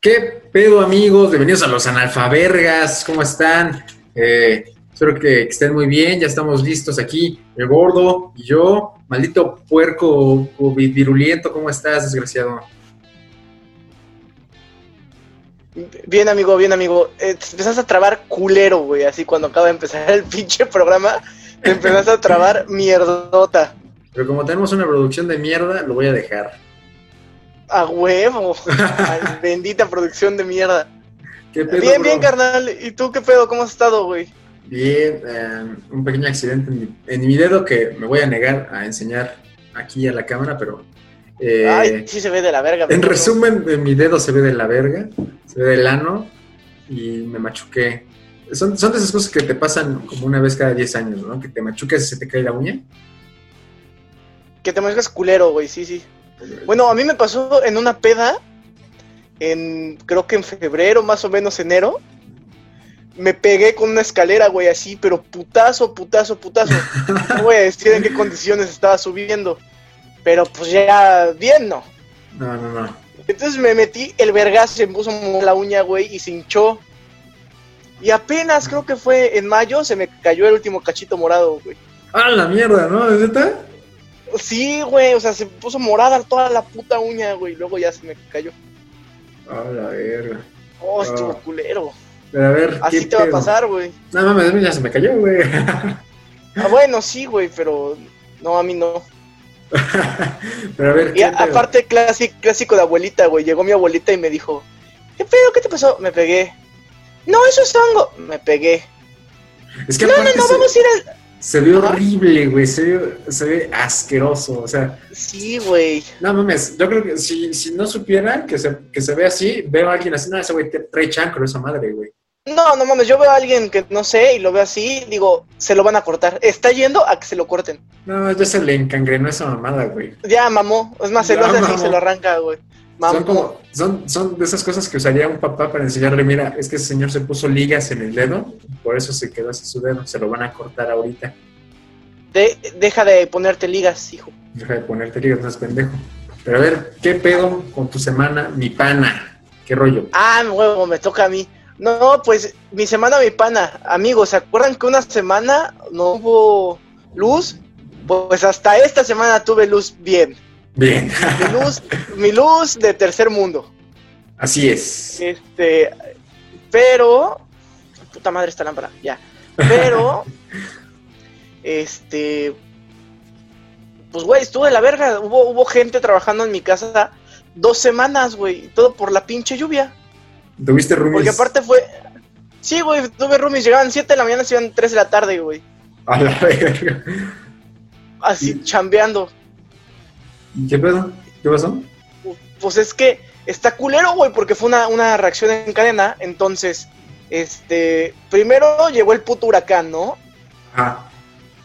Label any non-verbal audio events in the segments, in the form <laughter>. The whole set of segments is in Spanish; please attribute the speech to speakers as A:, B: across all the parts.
A: ¿Qué pedo, amigos? Bienvenidos a los analfabergas. ¿Cómo están? Eh, espero que estén muy bien. Ya estamos listos aquí. El gordo y yo. Maldito puerco COVID viruliento. ¿Cómo estás, desgraciado?
B: Bien, amigo, bien, amigo. Eh, te empezaste a trabar culero, güey. Así cuando acaba de empezar el <laughs> pinche programa, te empezaste a trabar mierdota.
A: Pero como tenemos una producción de mierda, lo voy a dejar. <laughs>
B: A huevo. Ay, Bendita producción de mierda.
A: ¿Qué pedo,
B: bien, bien,
A: bro?
B: carnal. ¿Y tú qué pedo? ¿Cómo has estado, güey?
A: Bien, eh, un pequeño accidente en mi, en mi dedo que me voy a negar a enseñar aquí a la cámara, pero... eh,
B: Ay, sí se ve de la verga.
A: En
B: pero-
A: resumen, de mi dedo se ve de la verga, se ve del ano y me machuqué. Son, son de esas cosas que te pasan como una vez cada 10 años, ¿no? Que te machucas y se te cae la uña.
B: Que te manejas culero, güey. Sí, sí. Bueno, a mí me pasó en una peda, en creo que en febrero, más o menos enero. Me pegué con una escalera, güey, así, pero putazo, putazo, putazo. No voy a decir en qué condiciones estaba subiendo, pero pues ya bien, ¿no?
A: No, no, no.
B: Entonces me metí el vergazo, se me puso mo- la uña, güey, y se hinchó. Y apenas creo que fue en mayo, se me cayó el último cachito morado, güey.
A: ¡Ah, la mierda, ¿no? ¿Es neta?
B: Sí, güey, o sea, se puso morada toda la puta uña, güey, y luego ya se me cayó.
A: ¡Ah, la verga!
B: Oh,
A: Ah.
B: estuvo culero.
A: Pero a ver,
B: Así
A: ¿qué
B: te va a
A: pedo?
B: pasar, güey.
A: No mames, ya se me cayó, güey. <laughs>
B: Ah, bueno, sí, güey, pero no, a mí no.
A: Pero a ver,
B: Y
A: ¿qué
B: a-
A: pedo?
B: aparte, clásico, clásico de abuelita, güey. Llegó mi abuelita y me dijo, ¿qué pedo? ¿Qué te pasó? Me pegué. No, eso es hongo. Me pegué.
A: Es que
B: No, no,
A: aparte
B: no,
A: se,
B: vamos a ir al...
A: se ve
B: Ajá.
A: horrible, güey. Se ve, se ve asqueroso. O sea,
B: Sí, güey.
A: No mames, yo creo que si, si no supiera que se, que se ve así, veo a alguien así, no, ese güey te trae chancro, esa madre, güey.
B: No, no mames, yo veo a alguien que no sé y lo veo así, digo, se lo van a cortar. Está yendo a que se lo corten.
A: No, ya se le encangrenó esa mamada, güey.
B: Ya mamó. Es más, se
A: Ya
B: lo hace así y
A: mamó.
B: se lo arranca, güey.
A: Son
B: Mamó.
A: como, son, son de esas cosas que usaría un papá para enseñarle, mira, es que ese señor se puso ligas en el dedo, por eso se quedó así su dedo, se lo van a cortar ahorita.
B: De- deja de ponerte ligas, hijo.
A: Deja de ponerte ligas, no es pendejo. Pero a ver, ¿qué pedo con tu semana, mi pana? ¿Qué rollo?
B: Ah, huevo, me toca a mí. No, pues mi semana, mi pana. Amigos, ¿se acuerdan que una semana no hubo luz? Pues hasta esta semana tuve luz bien.
A: Bien, <laughs>
B: Mi luz, mi luz de tercer mundo.
A: así es.
B: Este, pero. Puta madre esta lámpara, ya. Pero. este. Pues, güey, estuve de la verga. Hubo, hubo gente trabajando en mi casa dos semanas, güey. y Todo por la pinche lluvia.
A: ¿Tuviste roomies?
B: Porque aparte fue. Sí, güey, tuve roomies, llegaban 7 de la mañana, se iban 3 de la tarde, güey.
A: A la verga.
B: Así
A: Sí.
B: chambeando.
A: ¿Y ¿Qué pedo? ¿Qué pasó?
B: Pues es que está culero, güey, porque fue una, una reacción en cadena. Entonces, este. Primero llegó el puto huracán, ¿no?
A: Ah,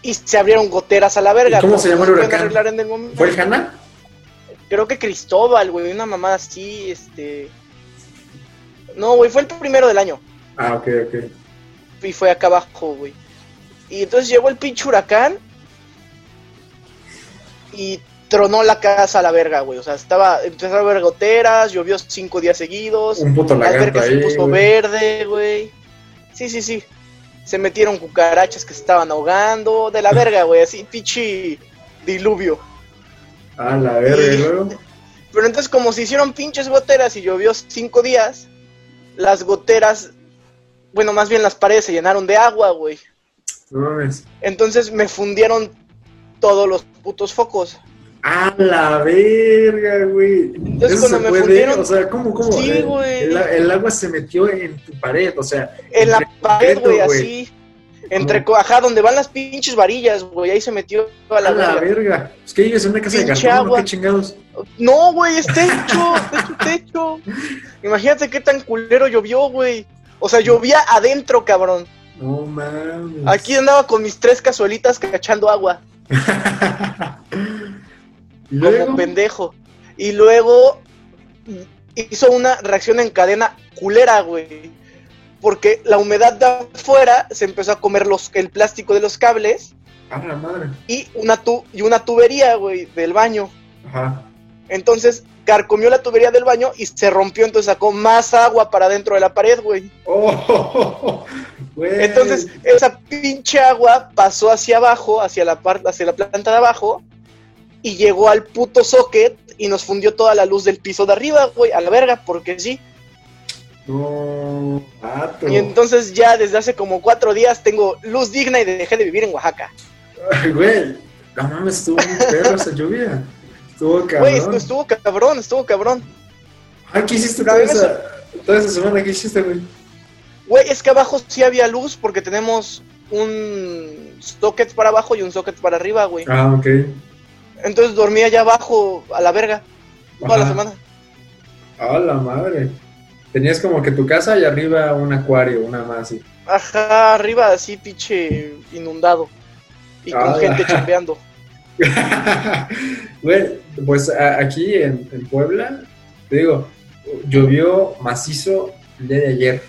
B: Y se abrieron goteras a la verga.
A: ¿Y cómo se llamó el
B: No se pueden
A: huracán?
B: arreglar en el momento.
A: ¿fue el Hanna?
B: Creo que Cristóbal, güey, una mamada así, este. No, güey, fue el primero del año.
A: Ah, ok, ok.
B: y fue acá abajo, güey. Y entonces llegó el pinche huracán y tronó la casa a la verga, güey. O sea, estaba, empezó a haber goteras, llovió cinco días seguidos,
A: Un puto
B: la
A: lagarto
B: alberca se
A: ahí.
B: puso
A: güey.
B: verde, güey. Sí, sí, sí. Se metieron cucarachas que se estaban ahogando, de la verga, güey, así, pinche diluvio.
A: Ah, la verga,
B: Y-
A: y luego.
B: Pero entonces como se hicieron pinches goteras y llovió cinco días, las goteras, bueno, más bien las paredes se llenaron de agua, güey.
A: No mames.
B: Entonces me fundieron todos los putos focos.
A: Ah, la verga, güey.
B: Entonces,
A: Eso
B: cuando
A: se
B: me
A: puede,
B: fundieron-
A: o sea, ¿cómo, cómo?
B: Sí,
A: El-
B: güey.
A: El, el agua se metió en tu pared, o sea,
B: En la
A: Entre
B: pared, güey,
A: concreto, güey.
B: así. Entre, co- ajá, donde van las pinches varillas, güey, ahí se metió a
A: a la,
B: la verga.
A: verga. Es que vives en una casa de
B: Pinche
A: cartón, ¿no?
B: agua.
A: ¿qué chingados?
B: No, güey, es techo, techo, techo. Imagínate qué tan culero llovió, güey. O sea, llovía adentro, cabrón.
A: No mames.
B: Aquí andaba con mis tres cazuelitas cachando agua,
A: <laughs> Y
B: como
A: luego,
B: pendejo. Y luego hizo una reacción en cadena culera, güey. Porque la humedad de afuera se empezó a comer los, el plástico de los cables.
A: ah, la madre.
B: y una, tu y una tubería, güey, del baño.
A: Ajá.
B: Entonces, carcomió la tubería del baño y se rompió, entonces sacó más agua para dentro de la pared, güey.
A: Oh, <laughs> güey.
B: Entonces, esa pinche agua pasó hacia abajo, hacia la parte, hacia la planta de abajo, y llegó al puto socket y nos fundió toda la luz del piso de arriba, güey, a la verga, porque sí.
A: No, vato.
B: Y entonces ya desde hace como cuatro días tengo luz digna y dejé de vivir en Oaxaca.
A: Ay, <laughs> Güey, no mames, estuvo muy perro esa lluvia. Estuvo
B: Güey,
A: cabrón.
B: esto estuvo cabrón, estuvo cabrón.
A: Ah, ¿qué hiciste
B: Pero
A: toda
B: a mí me
A: esa, toda esa semana? ¿Qué hiciste, güey?
B: Güey, es que abajo sí había luz porque tenemos un socket para abajo y un socket para arriba, güey.
A: Ah, ok.
B: Entonces dormía allá abajo a la verga toda la
A: Ajá.
B: semana.
A: A Ah, la madre. Tenías como que tu casa y arriba un acuario, una más así.
B: Ajá, arriba así pinche inundado. Y con
A: Ah.
B: gente chambeando.
A: <laughs> Güey, pues a- aquí en, en Puebla, te digo, llovió macizo el día de ayer.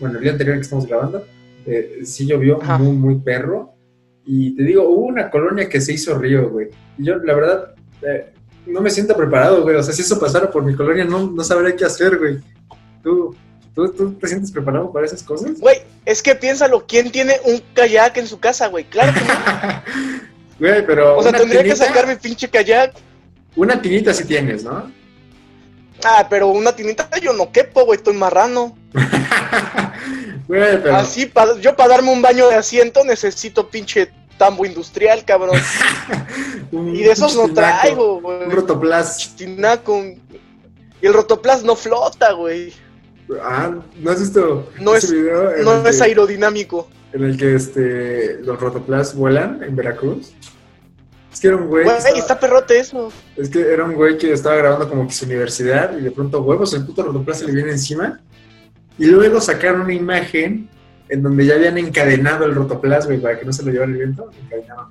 A: Bueno, el día anterior que estamos grabando, eh, sí llovió
B: Ajá.
A: muy, muy perro. Y te digo, hubo una colonia que se hizo río, güey. Y yo, la verdad, eh, no me siento preparado, güey. O sea, si eso pasara por mi colonia, no, no sabría qué hacer, güey. ¿Tú, tú, ¿Tú te sientes preparado para esas cosas? <laughs>
B: Güey, es que piénsalo, ¿quién tiene un kayak en su casa, güey? Claro que no.
A: Güey, pero.
B: O sea,
A: una
B: tendría que
A: tinita-
B: sacar mi pinche kayak.
A: Una tinita si tienes, ¿no?
B: Ah, pero una tinita yo no quepo, güey, estoy marrano.
A: Güey, pero.
B: Así, pa- yo para darme un baño de asiento necesito pinche tambo
A: <laughs>
B: industrial, cabrón.
A: un-
B: Y de esos
A: un
B: no
A: tinaco,
B: traigo,
A: Un
B: güey.
A: rotoplas.
B: Tinaco. Y el rotoplas no flota, güey.
A: Ah, ¿no has visto
B: No
A: ese
B: es-
A: video en, el
B: No
A: que,
B: es aerodinámico.
A: en el que este, los rotoplas vuelan en Veracruz? Es que era un güey. que
B: Güey,
A: estaba-
B: está perrote eso.
A: Es que era un güey que estaba grabando como que su universidad y de pronto huevos, el puto rotoplas se le viene encima. Y luego sacaron una imagen en donde ya habían encadenado el rotoplas, güey, para que no se lo llevara el viento.
B: <laughs>
A: Encadenaron.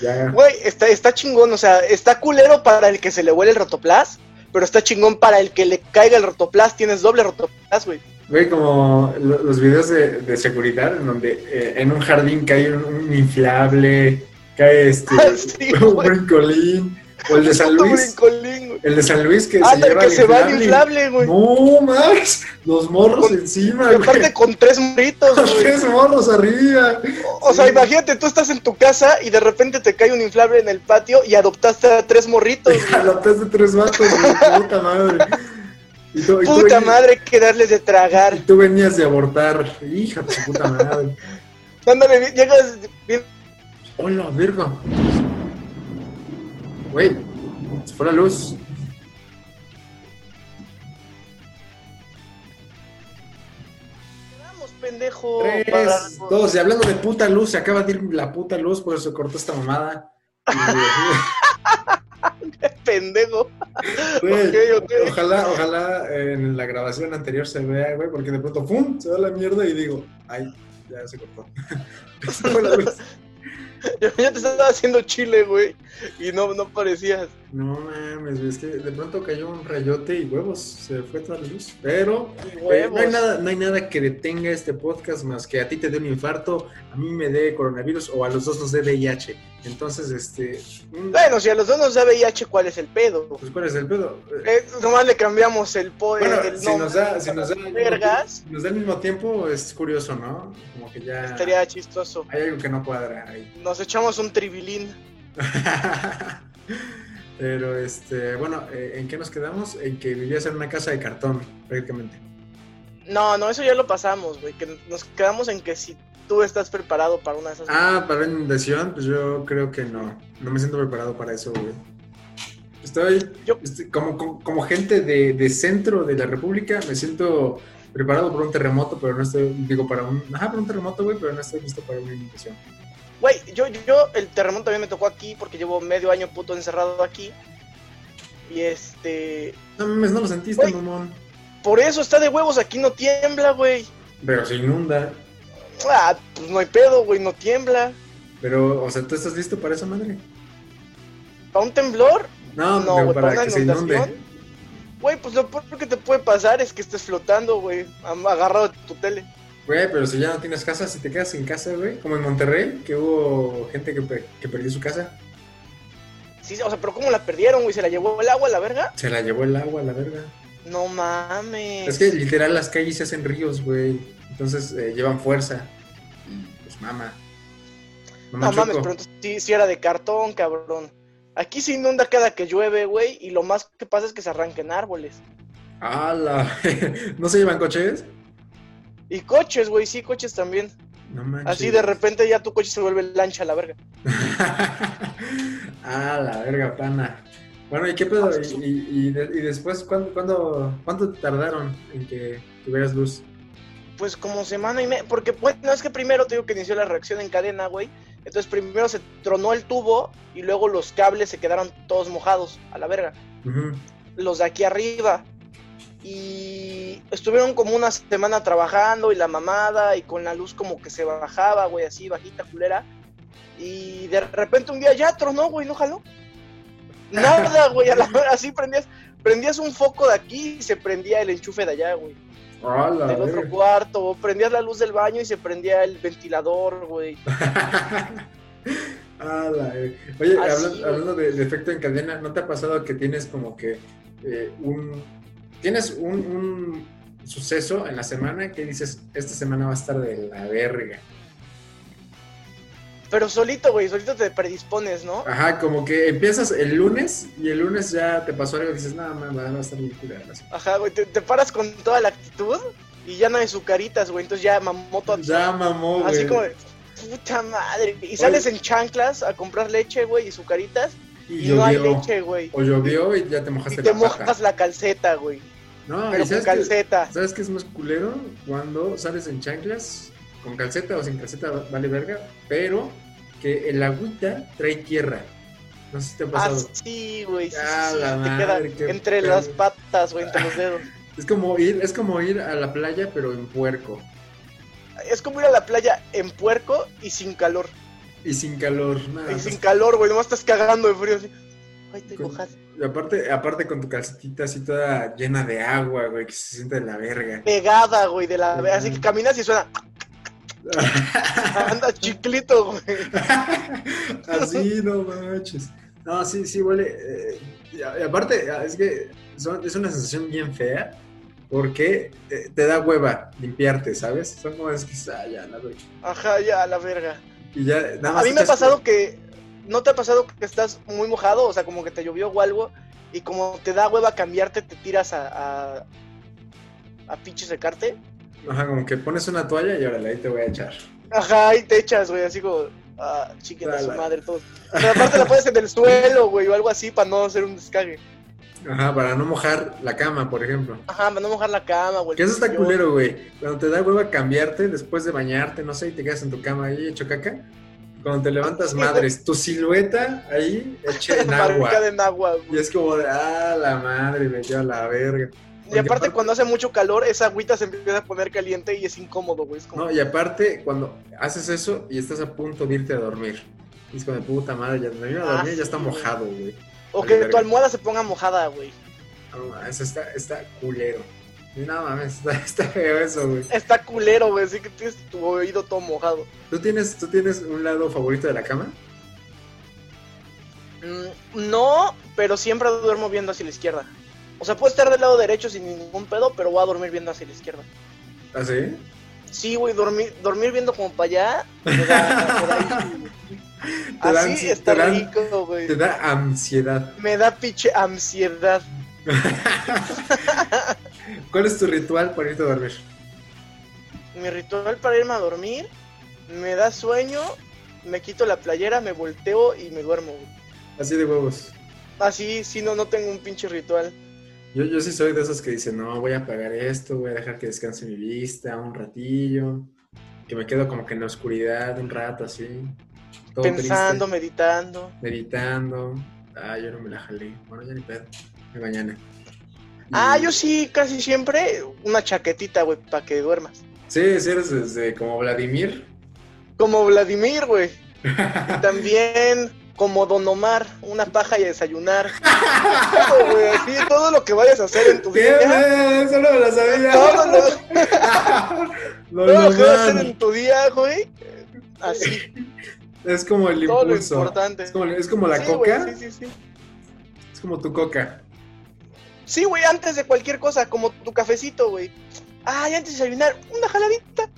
A: ya.
B: Güey, está, está chingón, o sea, está culero para el que se le huele el rotoplas, pero está chingón para el que le caiga el rotoplas, tienes doble rotoplas, güey.
A: Güey, como lo- los videos de, de seguridad en donde eh, en un jardín cae un, un inflable, cae este
B: Ah, <laughs> sí,
A: <laughs> un
B: güey.
A: brincolín, o el de San
B: Puto
A: Luis,
B: brincolín, güey.
A: el de San Luis que
B: Ah,
A: se lleva
B: que
A: al
B: se va al inflable, güey.
A: No, Max, los morros encima,
B: y
A: güey.
B: aparte con tres
A: <laughs>
B: muritos,
A: Los
B: güey.
A: tres morros arriba.
B: O sea,
A: Sí.
B: imagínate, tú estás en tu casa y de repente te cae un inflable en el patio y adoptaste a tres
A: <laughs>
B: morritos.
A: A la pez de tres vatos, güey, puta madre. Y tú- y tú
B: Puta
A: venías-
B: madre, que darles de
A: Y
B: tragar.
A: tú venías de abortar. Hija de su puta madre.
B: Ándale, bien- llegas bien
A: Hola, verga. Güey, se fue la luz.
B: Vamos, pendejo. para-
A: Tres, dos, y hablando de puta luz, se acaba de ir la puta luz, por eso se cortó esta mamada.
B: Pendejo.
A: Güey,
B: Ok, ok.
A: Ojalá, ojalá eh, en la grabación anterior se vea, güey, porque de pronto, ¡pum! se va la mierda y digo, ay, ya se cortó. <laughs> Se fue la luz.
B: Yo yo te estaba haciendo chile, güey. Y no, no parecías.
A: No mames, güey, es que de pronto cayó un rayote y huevos, se fue toda la luz. Pero
B: Y
A: Eh, no, hay
B: huevos.
A: nada, no hay nada que detenga este podcast más que a ti te dé un infarto, a mí me dé coronavirus o a los dos nos dé VIH. Entonces, este. mm,
B: Bueno, si a los dos nos da VIH, ¿cuál es el pedo?
A: Pues, ¿cuál es el pedo? Eh,
B: Eh, nomás le cambiamos el poder.
A: bueno,
B: el
A: si nos da. Si
B: para
A: nos da
B: las vergas,
A: si nos da al mismo tiempo, es curioso, ¿no? Como que ya.
B: estaría chistoso.
A: Hay algo que no cuadra ahí. <laughs>
B: Nos echamos un tribilín.
A: Pero, este. Bueno, eh, ¿en qué nos quedamos? En que vivías en una casa de cartón, prácticamente.
B: No, no, eso ya lo pasamos, güey. Que nos quedamos en que si tú estás preparado para una de esas.
A: Ah, para una inundación, pues yo creo que no. No me siento preparado para eso, güey. Estoy,
B: Yo-
A: estoy- como, como, como gente de, de centro de la República, me siento preparado para un terremoto, pero no estoy, digo, para un, ajá, para un terremoto, güey, pero no estoy listo para una inundación.
B: Güey, yo, yo, el terremoto también me tocó aquí porque llevo medio año puto encerrado aquí. Y este.
A: No mames, no lo sentiste,
B: Güey.
A: mamón.
B: Por eso está de huevos, aquí no tiembla, güey.
A: Pero se inunda.
B: Ah, pues no hay pedo, güey, no tiembla.
A: Pero, o sea, ¿tú estás listo para esa madre?
B: ¿Para un temblor?
A: No,
B: No,
A: digo,
B: güey,
A: Ah, para
B: ¿para
A: que
B: una
A: se inunde.
B: inundación? Güey, pues lo peor que te puede pasar es que estés flotando, güey, am- agarrado de tu tele.
A: Güey, pero si ya no tienes casa, si te quedas sin casa, güey, como en Monterrey, que hubo gente que, pe- que perdió su casa.
B: Sí, o sea, pero ¿cómo la perdieron, güey? ¿Se la llevó el agua a la verga?
A: Se la llevó el agua, la verga.
B: No mames.
A: Es que literal las calles se hacen ríos, güey. Entonces eh, llevan fuerza. Y, Pues mama.
B: No
A: Choco.
B: mames, pero entonces sí, sí era de cartón, cabrón. Aquí se inunda cada que llueve, güey, y lo más que pasa es que se arranquen árboles.
A: ¡Hala! <laughs> ¿No se llevan coches?
B: Y coches, güey, sí, coches también.
A: No manches.
B: Así
A: <laughs>
B: de repente ya tu coche se vuelve lancha a la verga.
A: ah, la verga, pana. Bueno, ¿y qué
B: Ah,
A: pedo? ¿Y, y- y de- y después ¿cuándo, cuándo- cuánto tardaron en que tuvieras luz?
B: Pues como semana y media, porque bueno, es que primero te digo que inició la reacción en cadena, güey. Entonces primero se tronó el tubo y luego los cables se quedaron todos mojados a la verga.
A: Ujú.
B: los de aquí arriba. Y estuvieron como una semana trabajando y la mamada y con la luz como que se bajaba, güey, así bajita, culera. Y de repente un día ya tronó, güey, no jaló. Nada, güey, a la <laughs> hora así prendías, prendías un foco de aquí y se prendía el enchufe de allá, güey.
A: ¡Ah, la
B: Del otro
A: verga!
B: cuarto, o prendías la luz del baño y se prendía el ventilador, güey.
A: <laughs> ¡Ah, la verga! Oye,
B: Así,
A: hablan-
B: güey.
A: hablando de, de efecto en cadena, ¿no te ha pasado que tienes como que eh, un... Tienes un, un suceso en la semana que dices, esta semana va a estar de la verga?
B: Pero solito, güey, solito te predispones, ¿no?
A: Ajá, como que empiezas el lunes y el lunes ya te pasó algo y dices, nada, más va a estar bien culera la semana".
B: Ajá, güey, te, te paras con toda la actitud y ya no hay sucaritas, güey, entonces ya mamó toda
A: Ya mamó, güey.
B: Así como, de, puta madre. Y sales en chanclas a comprar leche, güey, y sucaritas, y,
A: y
B: no hay
A: llovió.
B: leche, güey.
A: O llovió y ya te
B: Y
A: mojaste
B: te
A: la
B: mojas
A: pata.
B: la calceta, güey.
A: No,
B: Pero
A: y
B: con
A: sabes que,
B: calceta.
A: ¿sabes qué es más culero? Cuando sales en chanclas, con calceta o sin calceta, va- vale verga, pero que el agüita trae tierra. No sé si te ha pasado.
B: Así, güey. Ah, Sí, sí,
A: Ah,
B: sí,
A: la
B: te
A: madre,
B: queda
A: qué
B: entre
A: pedo.
B: las patas, güey, entre los dedos.
A: Es como ir, es como ir a la playa, pero en puerco.
B: Es como ir a la playa en puerco y sin calor.
A: Y sin calor, nada.
B: y
A: más.
B: sin calor, güey, nomás estás cagando de frío. Así. Ay, estoy
A: Con-
B: mojado.
A: Y aparte, aparte con tu calcetita así toda llena de agua, güey, que se siente de la
B: <laughs>
A: verga.
B: Pegada, güey, de la...
A: Ujú.
B: Así que caminas y suena... <laughs> Anda chiclito, güey.
A: <laughs> Así, no manches. No, sí, sí, huele. eh, y a- y aparte, ah, es que son- es una sensación bien fea porque eh, te da hueva limpiarte, ¿sabes? Son como es que ah, ya, la doy.
B: Ajá, ya, a la verga.
A: Y ya, nada más
B: A mí me ha
A: echas-
B: pasado que. ¿No te ha pasado que estás muy mojado? O sea, como que te llovió o algo. Y como te da hueva cambiarte, te tiras a. a, a pinche secarte.
A: Ajá, como que pones una toalla y órale, ahí te voy a echar.
B: Ajá, y te echas, güey. Así como. Ah, chiquen a su
A: Dale.
B: madre, todo. Pero aparte la pones en el suelo, güey, o algo así para no hacer un descague.
A: Ajá, para no mojar la cama, por ejemplo.
B: Ajá, para no mojar la cama, güey.
A: Que eso está
B: Yo- <laughs>
A: culero, güey. Cuando te da hueva cambiarte después de bañarte, no sé, y te quedas en tu cama ahí hecho caca. Cuando te levantas
B: Sí,
A: madres, tu silueta ahí hecha
B: <laughs>
A: en agua.
B: Barricada en agua, güey.
A: Y es como de, ah, la madre, me dio a la verga.
B: Y
A: Porque
B: aparte,
A: aparte-
B: cuando hace mucho calor, esa agüita se empieza a poner caliente y es incómodo, güey. Es como.
A: No, y aparte, cuando haces eso y estás a punto de irte a dormir. Y es como de puta madre, ya me iba a
B: Ah,
A: dormir,
B: sí,
A: ya está
B: güey.
A: mojado, güey.
B: o
A: vale,
B: que tu
A: verga.
B: almohada se ponga mojada, güey.
A: No, eso está, está culero. Y no mames, está, está feo eso, güey.
B: Está culero, güey, así que tienes tu oído todo mojado.
A: ¿Tú tienes, ¿Tú tienes un lado favorito de la cama?
B: Mm, No, pero siempre duermo viendo hacia la izquierda. O sea, puedo estar del lado derecho sin ningún pedo, pero voy a dormir viendo hacia la izquierda.
A: ¿Ah,
B: <laughs>
A: sí?
B: Sí, güey, dormir, dormir viendo como para allá. me da- me da ahí, güey.
A: <laughs> Te dan-
B: Así Ah, está
A: te dan-
B: rico, güey.
A: Te da ansiedad.
B: Me da pinche ansiedad.
A: ¿Cuál es tu ritual para irte a dormir?
B: Mi ritual para irme a dormir, me da sueño, me quito la playera, me volteo y me duermo, güey.
A: Así de huevos.
B: Así, si no, no tengo un pinche ritual.
A: Yo, yo sí soy de esos que dicen, no, voy a apagar esto, voy a dejar que descanse mi vista un ratillo, que me quedo como que en la oscuridad un rato así, todo
B: pensando,
A: triste,
B: meditando.
A: meditando. Ah, yo no me la jalé. Bueno, ya ni pedo, de mañana. Y-
B: Ah, yo sí, casi siempre una chaquetita, güey, para que duermas.
A: Sí, sí, eres desde como
B: <laughs>
A: Vladimir.
B: Como Vladimir, güey. Y también como Don Omar, una paja
A: <laughs>
B: y desayunar. Todo, güey, así, todo lo que vayas a hacer en tu
A: ¿Qué?
B: día.
A: Eso no me lo sabía.
B: Todo lo,
A: <laughs> Lo
B: todo lo que vayas a hacer
A: normal.
B: en tu día, güey. Así.
A: Es como el
B: Todo lo
A: impulso.
B: importante.
A: Es como, es como la
B: Sí, güey,
A: coca.
B: sí, sí, sí.
A: Es como tu coca.
B: Sí, güey, antes de cualquier cosa, como tu cafecito, güey. Ay, antes de desayunar, una jaladita.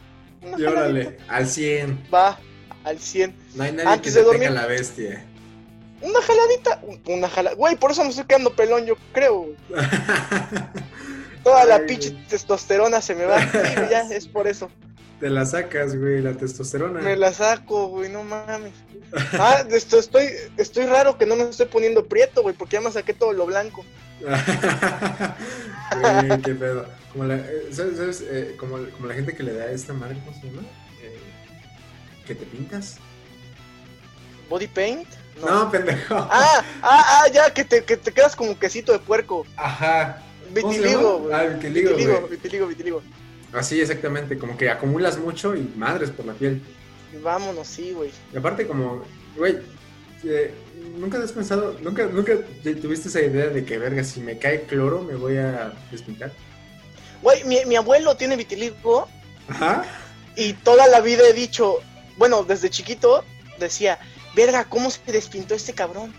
B: Una
A: Y
B: jaladita. <laughs>
A: órale, al 100.
B: Va al 100.
A: No hay nadie
B: Antes
A: que
B: de
A: se tenga
B: dormir.
A: la bestia.
B: Una jaladita, un- una jala. Güey, por eso me estoy quedando pelón, yo creo. güey. <laughs> Toda
A: Ay,
B: la
A: güey.
B: pinche testosterona se me va. Sí,
A: <laughs>
B: güey, ya, es por eso.
A: Te la sacas, güey, la testosterona.
B: Me la saco, güey, no mames. Ah, de esto estoy, estoy raro que no me estoy poniendo prieto, güey, porque ya me saqué todo lo blanco.
A: <laughs> Güey, qué pedo. Como la, eh, ¿sabes- sabes, eh, como, como la gente que le da esta madre, ¿cómo se llama? Eh, ¿Que te pintas?
B: ¿Body paint?
A: No, pendejo.
B: <laughs> Ah, ah, ah, ya, que te, que te quedas como quesito de puerco.
A: Ajá. ¿Cómo se
B: Vitiligo,
A: llama?
B: güey.
A: Ah, vitiligo,
B: Vitiligo,
A: güey.
B: vitiligo, vitiligo.
A: Así, exactamente. Como que acumulas mucho y madres por la piel.
B: Y Vámonos, sí, güey.
A: Y aparte como, güey, eh, nunca has pensado, nunca, nunca te- tuviste esa idea de que, verga, si me cae cloro me voy a despintar.
B: Güey, mi, mi abuelo tiene vitiligo
A: Ajá.
B: y toda la vida he dicho, bueno, desde chiquito decía, verga, ¿cómo se despintó este cabrón?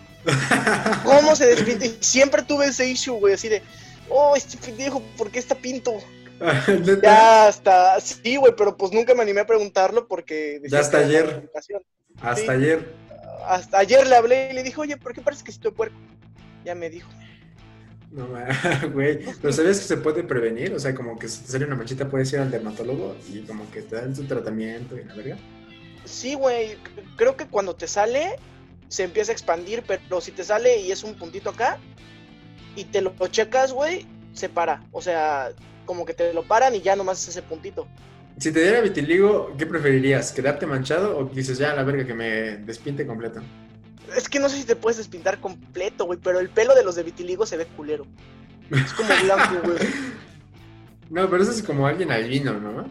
B: ¿Cómo se despintó? Y siempre tuve ese issue, güey, así de, oh, este pendejo, ¿por qué está pinto?
A: <laughs> Neta.
B: Ya hasta, sí, güey, pero pues nunca me animé a preguntarlo porque... decía
A: Ya hasta
B: que era
A: ayer.
B: una provocación.
A: Hasta
B: sí.
A: ayer.
B: Hasta ayer le hablé y le dije, oye, ¿por qué parece que estoy puerco? Ya me dijo.
A: No, ma- <laughs> güey. Pero ¿sabías que se puede prevenir? O sea, como que si te sale una manchita puedes ir al dermatólogo y como que te dan su tratamiento y la verga.
B: Sí, güey, c- creo que cuando te sale se empieza a expandir, pero si te sale y es un puntito acá y te lo checas, güey, se para. O sea, como que te lo paran y ya nomás es ese puntito.
A: Si te diera vitiligo, ¿qué preferirías? ¿Quedarte manchado o dices ya la verga que me despinte completo?
B: Es que no sé si te puedes despintar completo, güey, pero el pelo de los de vitiligo se ve culero.
A: <laughs>
B: Es como blanco, güey.
A: No, pero eso es como alguien albino, ¿no?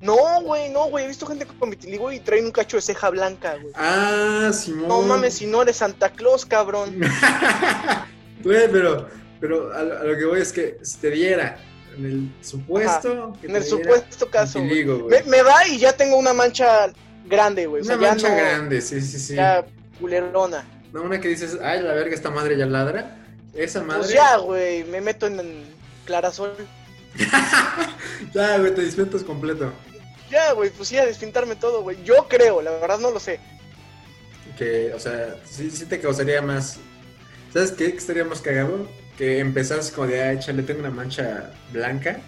B: No, güey, no, güey, he visto gente con vitiligo y traen un cacho de ceja blanca, güey.
A: Ah, Simón.
B: No mames, si no eres Santa Claus,
A: <laughs>
B: cabrón.
A: Güey, pero, pero a, lo- a lo que voy es que si te diera en el supuesto que
B: En
A: te
B: el
A: diera
B: supuesto caso, güey.
A: vitiligo,
B: Me,
A: güey.
B: me da y ya tengo una mancha grande, güey. O sea,
A: Una
B: ya
A: mancha
B: no-
A: grande, sí, sí, sí.
B: ya culerona.
A: No, una que dices, ay, la verga, esta madre ya ladra. Esa madre.
B: Pues ya, güey, me meto en, en Clarasol.
A: Ya, güey, te despiertas completo.
B: Ya, güey, pues sí, a despintarme todo, güey. Yo creo, la verdad no lo sé.
A: Que, o sea, sí, sí te causaría más. ¿Sabes qué? Que estaría más cagado. Que empezás como de, ah, chale, tengo una mancha blanca.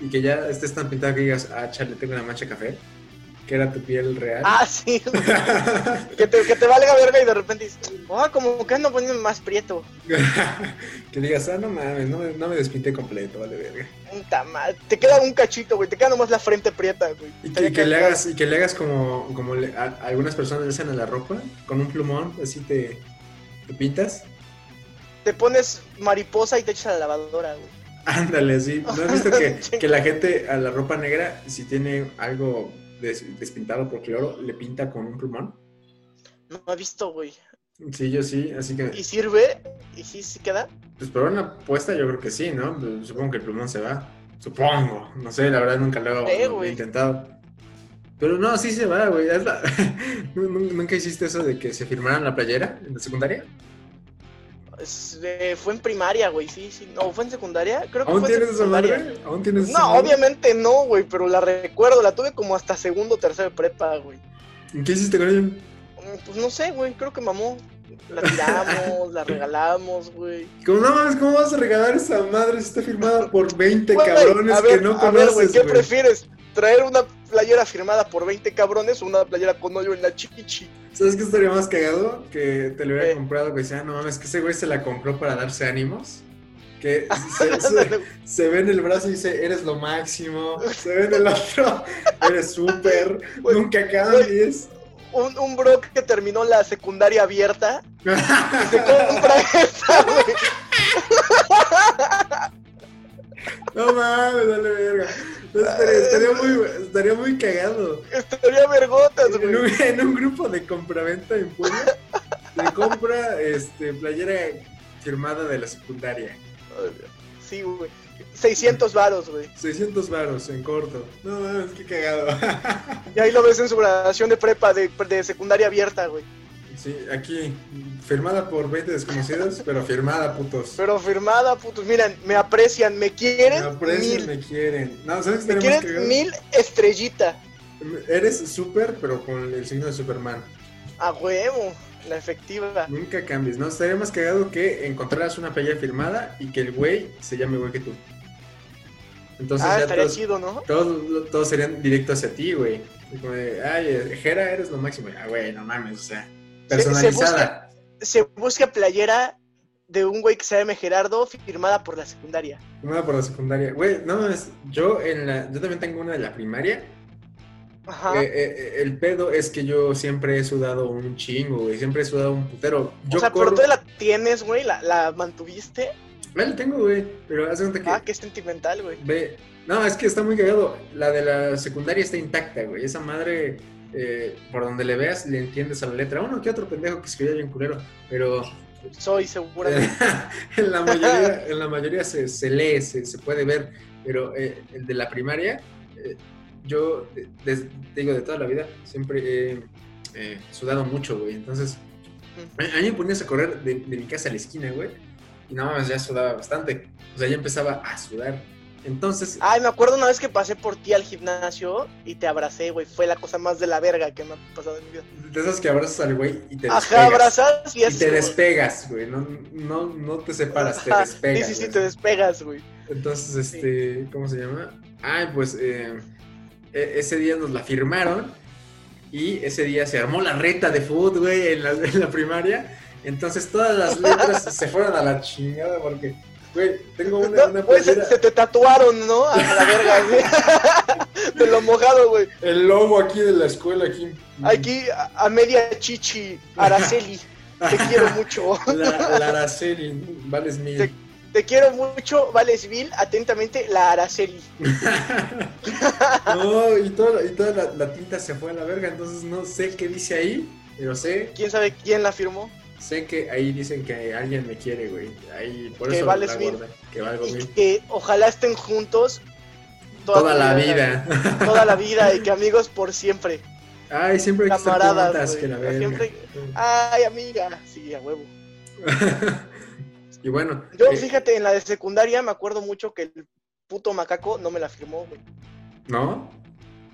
A: Y que ya estés tan pintado que digas, ah, chale, tengo una mancha café. Que era tu piel real.
B: Ah, sí, güey.
A: <laughs>
B: que, te, que te valga verga y de repente dices, ah, como que ando poniendo más prieto.
A: que digas, ah, no mames, no me, no me despinté completo, vale verga.
B: Puta madre. Te queda un cachito, güey, te queda nomás la frente prieta, güey.
A: Y que, y que le hagas, y que le hagas como, como le- a- algunas personas le hacen a la ropa, con un plumón, así te, te pintas. <laughs>
B: Te pones mariposa y te echas a la lavadora, güey.
A: Ándale, sí. ¿No has visto que, que la gente a la ropa negra, si tiene algo des- despintado por cloro, le pinta con un plumón?
B: No he visto, güey.
A: Sí, yo sí, así
B: ¿Y
A: que.
B: sirve? ¿Y sí, sí queda?
A: Pues por una apuesta yo creo que sí, ¿no? Pues, Supongo que el plumón se va. Supongo. No sé, la verdad nunca lo,
B: Eh,
A: lo he
B: güey.
A: intentado. Pero no, sí se va, güey. es la- <laughs> ¿Nun- ¿Nunca hiciste eso de que se firmaran la playera en la secundaria?
B: Es, eh, fue en primaria, güey, sí, sí. No, fue en secundaria. Creo que
A: ¿Aún
B: fue en
A: tienes esa
B: secundaria.
A: madre? ¿Aún tienes esa
B: No,
A: madre?
B: obviamente no, güey, pero la recuerdo, la tuve como hasta segundo o tercero de prepa, güey.
A: ¿Y ¿Qué hiciste con ello?
B: Mm, Pues no sé, güey, creo que mamó. La tiramos, la regalamos, güey.
A: Como, no mames, ¿cómo vas a regalar esa madre si está firmada
B: <laughs>
A: por 20
B: Güey,
A: cabrones
B: a ver,
A: que no
B: a ver,
A: conoces,
B: güey, ¿qué
A: güey?
B: prefieres? ¿Traer una playera firmada por 20 cabrones o una playera con hoyo en la chichi?
A: ¿Sabes qué estaría más cagado? Que te lo hubiera
B: ¿Qué?
A: comprado, que decía, no mames, que ese güey se la compró para darse ánimos.
B: <laughs>
A: Que se, se- se ve en el brazo y dice, eres lo máximo. Se ve en el otro, eres súper,
B: Güey,
A: nunca cambies. <laughs>
B: un, un bro que terminó la secundaria abierta y se compra esa, <laughs> güey.
A: no mames, dale verga. No, Estaría, estaría muy, estaría muy cagado.
B: Estaría vergotas,
A: En
B: güey.
A: un, en un grupo de compraventa en Puebla, te compra este, playera firmada de la secundaria.
B: Sí, güey. 600 varos, güey.
A: 600 varos en corto. No mames, qué cagado. <laughs>
B: Y ahí lo ves en su graduación de prepa, de, de secundaria abierta, güey.
A: Sí, aquí, firmada por 20 desconocidos, pero firmada, putos.
B: Pero firmada, putos. Miren, me aprecian, me quieren.
A: Me aprecian,
B: mil.
A: me quieren. No, ¿sabes qué
B: Me
A: tenemos
B: quieren
A: cagado?
B: mil estrellita.
A: Eres súper, pero con el signo de Superman.
B: A huevo, la efectiva.
A: Nunca cambies, ¿no? Estaría más cagado que encontraras una playa firmada y que el güey se llame igual que tú. Entonces
B: Ah,
A: ya
B: estaría
A: todos,
B: chido, ¿no?
A: todos, todos serían directo hacia ti, güey. Y Como de, ay, Jera, eres lo máximo. Ah, güey, no mames, o sea, personalizada.
B: Se busca playera de un güey que se llame Gerardo, firmada por la secundaria.
A: Una por la secundaria. Güey, no mames, yo, en la, yo también tengo una de la primaria.
B: Ajá.
A: Eh, eh, eh, el pedo es que yo siempre he sudado un chingo, güey. Siempre he sudado un putero. Yo
B: o sea,
A: corro-
B: pero tú la tienes, güey, la, la mantuviste.
A: Ya la tengo, güey, pero haz de cuenta que...
B: Ah, qué sentimental, güey.
A: Ve, no, es que está muy cagado. La de la secundaria está intacta, güey. Esa madre, eh, por donde le veas, le entiendes a la letra. Uno que otro pendejo que escribió bien culero, pero
B: Soy seguramente.
A: Eh, <laughs> en la
B: <laughs>
A: mayoría, en la mayoría se, se lee, se, se puede ver. Pero eh, el de la primaria, eh, yo, de- des- te digo, de toda la vida, siempre he eh, sudado mucho, güey. Entonces, a a mí me ponías a correr de, de mi casa a la esquina, güey. Y nada más ya sudaba bastante. O sea, ya empezaba a sudar. Entonces,
B: Ay, me acuerdo una vez que pasé por ti al gimnasio y te abracé, güey. Fue la cosa más de la verga que me ha pasado en mi vida.
A: De esas que abrazas al güey y te
B: Ajá,
A: despegas.
B: abrazas y
A: Y
B: así.
A: te
B: güey.
A: despegas, güey. No, no, no te separas, te
B: Ajá.
A: despegas.
B: Sí, sí, sí,
A: güey.
B: te despegas, güey.
A: Entonces, este, ¿cómo se llama? Ay, pues eh, e- ese día nos la firmaron y ese día se armó la reta de food, güey, en la, en la primaria. Entonces todas las letras <laughs> se fueron a la chingada porque, güey, tengo una,
B: No,
A: una
B: güey, se,
A: playera-
B: se te tatuaron, ¿no? A la verga,
A: <laughs>
B: güey. De lo mojado, güey.
A: el logo aquí de la escuela, aquí. <laughs>
B: Aquí, a, a media chichi, Araceli. Te quiero mucho.
A: La, la Araceli, vales mil.
B: Te- Te quiero mucho, Valesville. Atentamente, la Araceli.
A: No, y toda, y toda la, la tinta se fue a la verga, entonces no sé qué dice ahí, pero sé,
B: ¿Quién sabe quién la firmó?
A: sé que ahí dicen que alguien me quiere, güey. Ahí, por
B: Que
A: eso
B: vales
A: la
B: mil.
A: guardé, que valgo
B: Y
A: mil.
B: que ojalá estén juntos
A: Toda
B: tu
A: la vida. <laughs>
B: Toda la vida y que amigos por siempre.
A: Ay, siempre hay que estar
B: Camaradas,
A: juntas,
B: güey.
A: que la verga.
B: Siempre- Ay, amiga. Sí, a huevo.
A: <laughs> y bueno,
B: Yo,
A: eh,
B: fíjate, en la de secundaria me acuerdo mucho que el puto macaco no me la firmó, güey.
A: ¿no?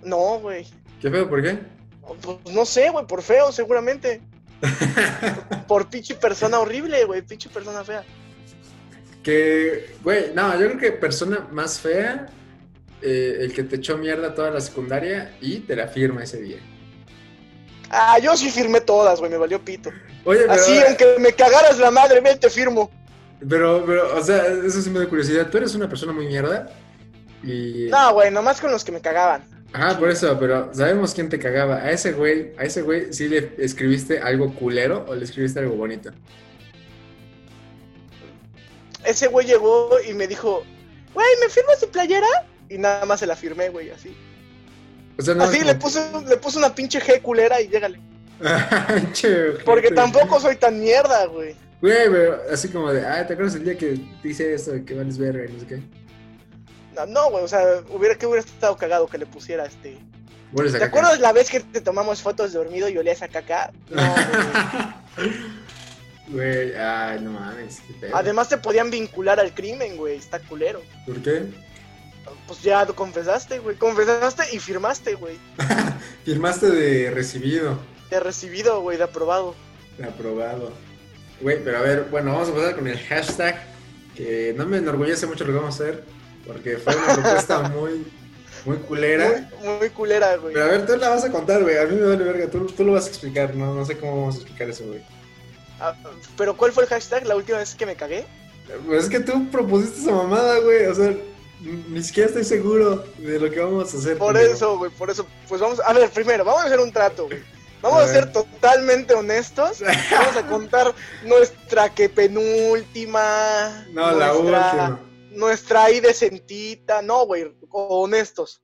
B: No, güey.
A: ¿Qué pedo? ¿Por qué?
B: Pues no sé, güey, por
A: <laughs>
B: feo, seguramente. Por pinche persona horrible, güey, pinche persona fea.
A: Que, güey, no, yo creo que persona más fea, eh, el que te echó mierda toda la secundaria y te la firma ese día.
B: Ah, yo sí firmé todas, güey, me valió pito.
A: Oye, pero...
B: Así, aunque me cagaras la madre, ven, te firmo.
A: Pero, pero, o sea, eso sí me da curiosidad. Tú eres una persona muy mierda. Y.
B: No, güey, nomás con los que me cagaban.
A: Ajá, por eso, pero sabemos quién te cagaba. A ese güey, a ese güey, ¿sí le escribiste algo culero o le escribiste algo bonito?
B: Ese güey llegó y me dijo, güey, ¿me firmas tu playera? Y nada más se la firmé, güey, así.
A: O sea, no.
B: Así,
A: <laughs>
B: le puse, le puse una pinche G culera y llégale.
A: Che,
B: <laughs> Porque
A: ojete.
B: tampoco soy tan mierda, güey.
A: Güey, pero así como de, ah, ¿te acuerdas el día que dice esto de que vales verga y no sé qué?
B: No, No, güey, o sea, hubiera que hubiera estado cagado que le pusiera este.
A: Vuelves a
B: ¿Te acuerdas la vez que te tomamos fotos dormido y olías a caca? No, güey.
A: <laughs> Güey, ay, no mames. qué pedo.
B: Además te podían vincular al crimen, güey, está culero.
A: ¿Por qué?
B: Pues ya lo confesaste, güey. Confesaste y firmaste, güey.
A: Firmaste de recibido.
B: Te he recibido, güey, de aprobado.
A: Aprobado. Güey, pero a ver, bueno, vamos a pasar con el hashtag, que no me enorgullece mucho lo que vamos a hacer, porque fue una
B: <laughs>
A: propuesta muy, muy culera.
B: Muy, muy culera, güey.
A: Pero a ver, tú la vas a contar, güey, a mí me vale verga, tú, tú lo vas a explicar, no, no sé cómo vamos a explicar eso, güey.
B: Ah, Pero ¿cuál fue el hashtag la última vez que me cagué?
A: Pero Pues es que tú propusiste esa mamada, güey, o sea, ni siquiera estoy seguro de lo que vamos a hacer.
B: Por
A: pendejo.
B: eso, güey, por eso. Pues vamos, a ver, primero, vamos a hacer un trato, güey. Vamos
A: A
B: a,
A: ver.
B: ser
A: <laughs>
B: totalmente honestos. Vamos a contar nuestra que penúltima.
A: No, la
B: nuestra,
A: última.
B: Nuestra ahí decentita. No, güey, honestos.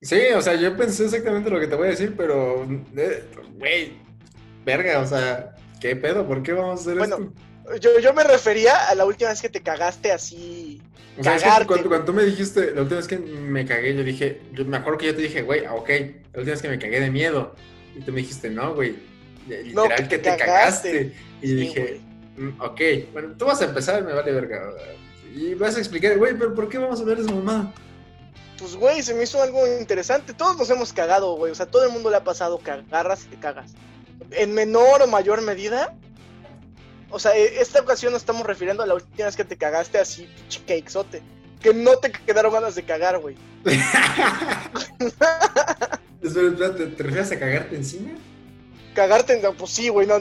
A: Sí, o sea, yo pensé exactamente lo que te voy a decir, pero, eh, güey, verga, o sea, ¿qué pedo? ¿Por qué vamos a hacer
B: Bueno,
A: esto?
B: yo, yo me refería a la última vez que te cagaste así.
A: O sea, es que
B: Cagarte.
A: cuando, cuando tú me dijiste, la última vez que me cagué, yo dije, yo me acuerdo que yo te dije, güey, ah, ok, la última vez que me cagué de miedo. Y tú me dijiste, no, güey, literal que, te cagaste. Y yo
B: Sí,
A: dije,
B: güey.
A: mm, ok, bueno, tú vas a empezar, me vale verga. Y vas a explicar, güey, pero ¿por qué vamos a ver esa mamá?
B: Pues, güey, se me hizo algo interesante. Todos nos hemos cagado, güey. O sea, todo el mundo le ha pasado que agarras y te cagas. En menor o mayor medida. O sea, e- esta ocasión nos estamos refiriendo a la última vez que te cagaste así, pinche cakesote. Que no te quedaron ganas de cagar, güey.
A: Espera, espera, ¿te, te refieres a cagarte encima?
B: Cagarte en... Pues sí, güey, no...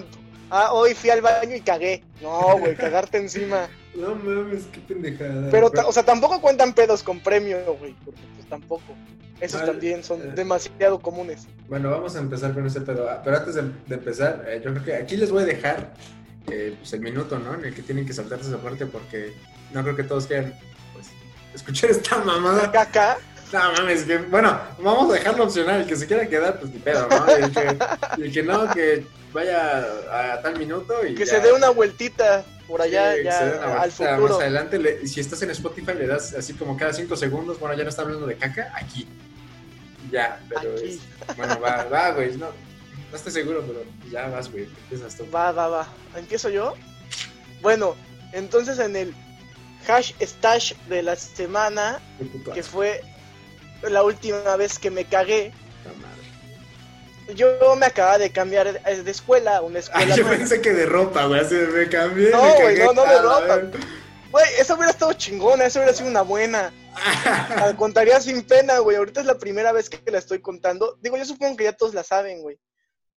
B: Ah, hoy fui al baño y cagué. No, güey, cagarte encima.
A: No mames, qué pendejada.
B: <laughs> Pero, ta- o sea, tampoco cuentan pedos con premio, güey. Porque, pues, tampoco. Esos
A: Vale,
B: también
A: eh.
B: son demasiado comunes.
A: Bueno, vamos a empezar con ese pedo. Ah, Pero antes de, de empezar, eh, yo creo que aquí les voy a dejar eh, pues el minuto, ¿no? En el que tienen que saltarse esa parte porque no creo que todos quieran pues, escuchar esta
B: Ah.
A: mamada.
B: Caca.
A: No mames, que bueno, vamos a dejarlo opcional. El que se quiera quedar, pues ni pedo, ¿no? Y el que, y el que no, que vaya a, tal minuto y.
B: Que
A: ya.
B: se dé una vueltita por allá,
A: Sí, que Eh, se dé una
B: ya al
A: vueltita Más
B: futuro.
A: adelante, le- si estás en Spotify, le das así como cada cinco segundos. Bueno, ya no está hablando de caca, aquí. Ya, pero.
B: Aquí.
A: es- bueno, va, va, güey. No, no estoy seguro, pero ya vas, güey. Empiezas tú.
B: Va, va, va. ¿Empiezo yo? Bueno, entonces en el hash stash de la semana,
A: Qué puto
B: que
A: asco,
B: fue la última vez que me cagué,
A: puta madre.
B: yo me acababa de cambiar eh, de escuela, una
A: Ay,
B: escuela
A: yo
B: nueva.
A: pensé que de ropa, güey. Así de, me cambié.
B: No,
A: me
B: güey,
A: cagué,
B: no, no de
A: a la
B: ropa.
A: verga.
B: Güey, esa hubiera estado chingona, esa hubiera sido una buena. La contaría sin pena, güey. Ahorita es la primera vez que la estoy contando. Digo, yo supongo que ya todos la saben, güey.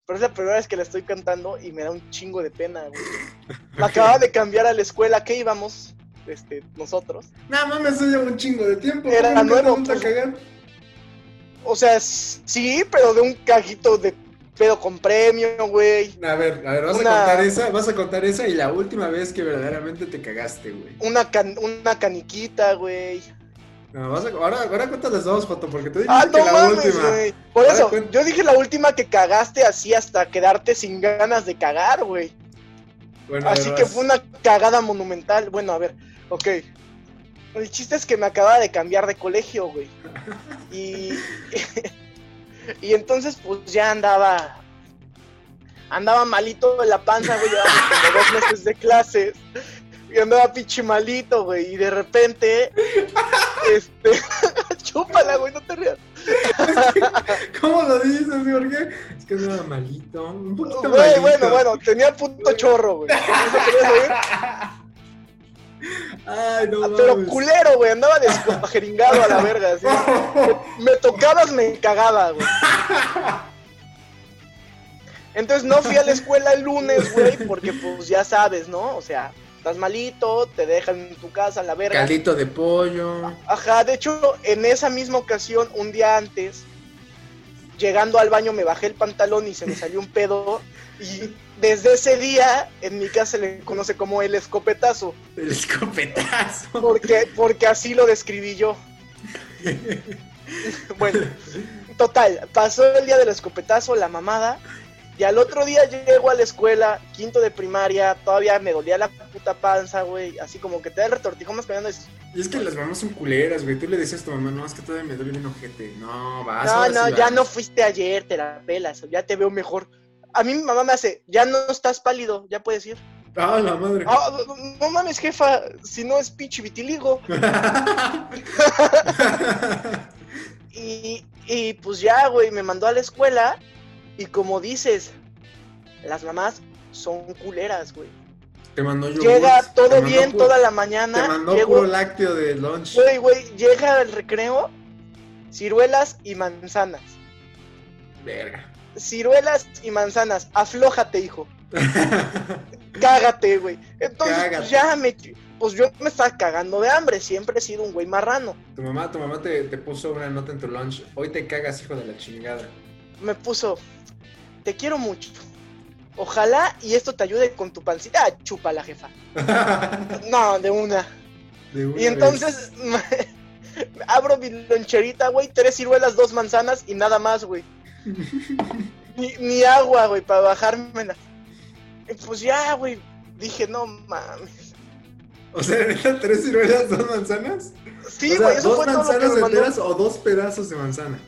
B: Pero es la primera vez que la estoy cantando y me da un chingo de pena, güey. Me acababa de cambiar a la escuela que íbamos, este, nosotros.
A: No mames, eso lleva un chingo de tiempo.
B: Era
A: güey, nunca
B: nuevo,
A: te gusta
B: pues.
A: cagar.
B: O sea, s- sí, pero de un cajito de pedo con premio, güey.
A: A ver, a ver, vas
B: Una-
A: a contar esa, vas a contar esa y la última vez que verdaderamente te cagaste, güey.
B: Una, can- una caniquita, güey.
A: No, vas a, ahora, ahora cuentas las dos, Joto, porque tú dijiste
B: Ah,
A: que
B: no
A: la
B: mames,
A: última.
B: güey. Por
A: Ahora
B: eso,
A: cuen-
B: yo dije la última que cagaste así hasta quedarte sin ganas de cagar, güey.
A: Bueno,
B: Así
A: a ver,
B: que
A: vas.
B: fue una cagada monumental. Bueno, a ver, ok. El chiste es que me acababa de cambiar de colegio, güey. Y. <laughs> y entonces, pues ya andaba. Andaba malito de la panza, güey. Llevábamos como dos meses de clases. Y andaba pinche malito, güey. Y de repente. Este. <laughs> chúpala, güey, no te rías.
A: ¿Cómo lo dices, Jorge? Es que no era malito, un poquito
B: Güey,
A: malito.
B: bueno, bueno, tenía punto chorro, güey. ¿Eso querías oír?
A: Ay, no
B: Ah,
A: mames.
B: Pero culero, güey, andaba descuajeringado a la verga, así. Me tocabas, me cagaba, güey. Entonces no fui a la escuela el lunes, güey, porque pues ya sabes, ¿no? O sea, estás malito, te dejan en tu casa, la
A: <laughs>
B: verga.
A: Caldito de
B: <laughs>
A: pollo.
B: Ajá, de hecho, en esa misma ocasión, un día antes, llegando al baño me bajé el pantalón y se me salió un pedo. Y desde ese día, en mi casa se le conoce como el escopetazo,
A: El escopetazo.
B: porque, porque así lo describí yo. <laughs> Bueno, total, pasó el día del escopetazo, la mamada, y al otro día llego a la escuela, quinto de primaria, todavía me dolía la puta panza, güey, así como que te da el retortijón más pegando, y dices,
A: Y es que las mamás son culeras, güey. Tú le decías a tu mamá, no, es que todavía me duele bien ojete. No, vas.
B: no,
A: ahora
B: no,
A: sí
B: ya
A: vas.
B: no fuiste ayer, te la pelas, ya te veo mejor. A mí mi mamá me hace, ya no estás pálido, ya
A: <laughs>
B: puedes ir.
A: Ah, la madre.
B: Ah, no, no mames, jefa, si no es pinche vitiligo. Y, y pues ya, güey, me mandó a la escuela, y como dices, las mamás son culeras, güey.
A: <laughs> Te mandó yo.
B: Llega todo bien
A: toda
B: toda la
A: Te
B: mañana.
A: mandó
B: Llego,
A: puro lácteo de lunch.
B: güey, güey, llega el recreo, ciruelas y manzanas.
A: Verga. <laughs>
B: Ciruelas y manzanas, aflójate, hijo. Cágate, güey. Entonces,
A: Cágate.
B: ya me. Pues yo me estaba cagando de hambre, siempre he sido un güey marrano.
A: tu mamá, tu mamá te, te puso una nota en tu lunch. Hoy te cagas, hijo de la chingada.
B: Me puso, te quiero mucho. Ojalá y esto te ayude con tu pancita. Ah, chupa la jefa. No, de una.
A: De una
B: Y entonces <laughs> abro mi loncherita, güey, tres ciruelas, dos manzanas y nada
A: <laughs>
B: más, güey. ni, ni agua, güey, para bajármela. Y pues ya, güey, dije, no mames.
A: O sea, ¿eran tres ciruelas, dos manzanas?
B: Sí,
A: o sea,
B: güey, eso
A: ¿Dos
B: fue todo lo que
A: manzanas
B: me mandó.
A: enteras o dos pedazos de manzana?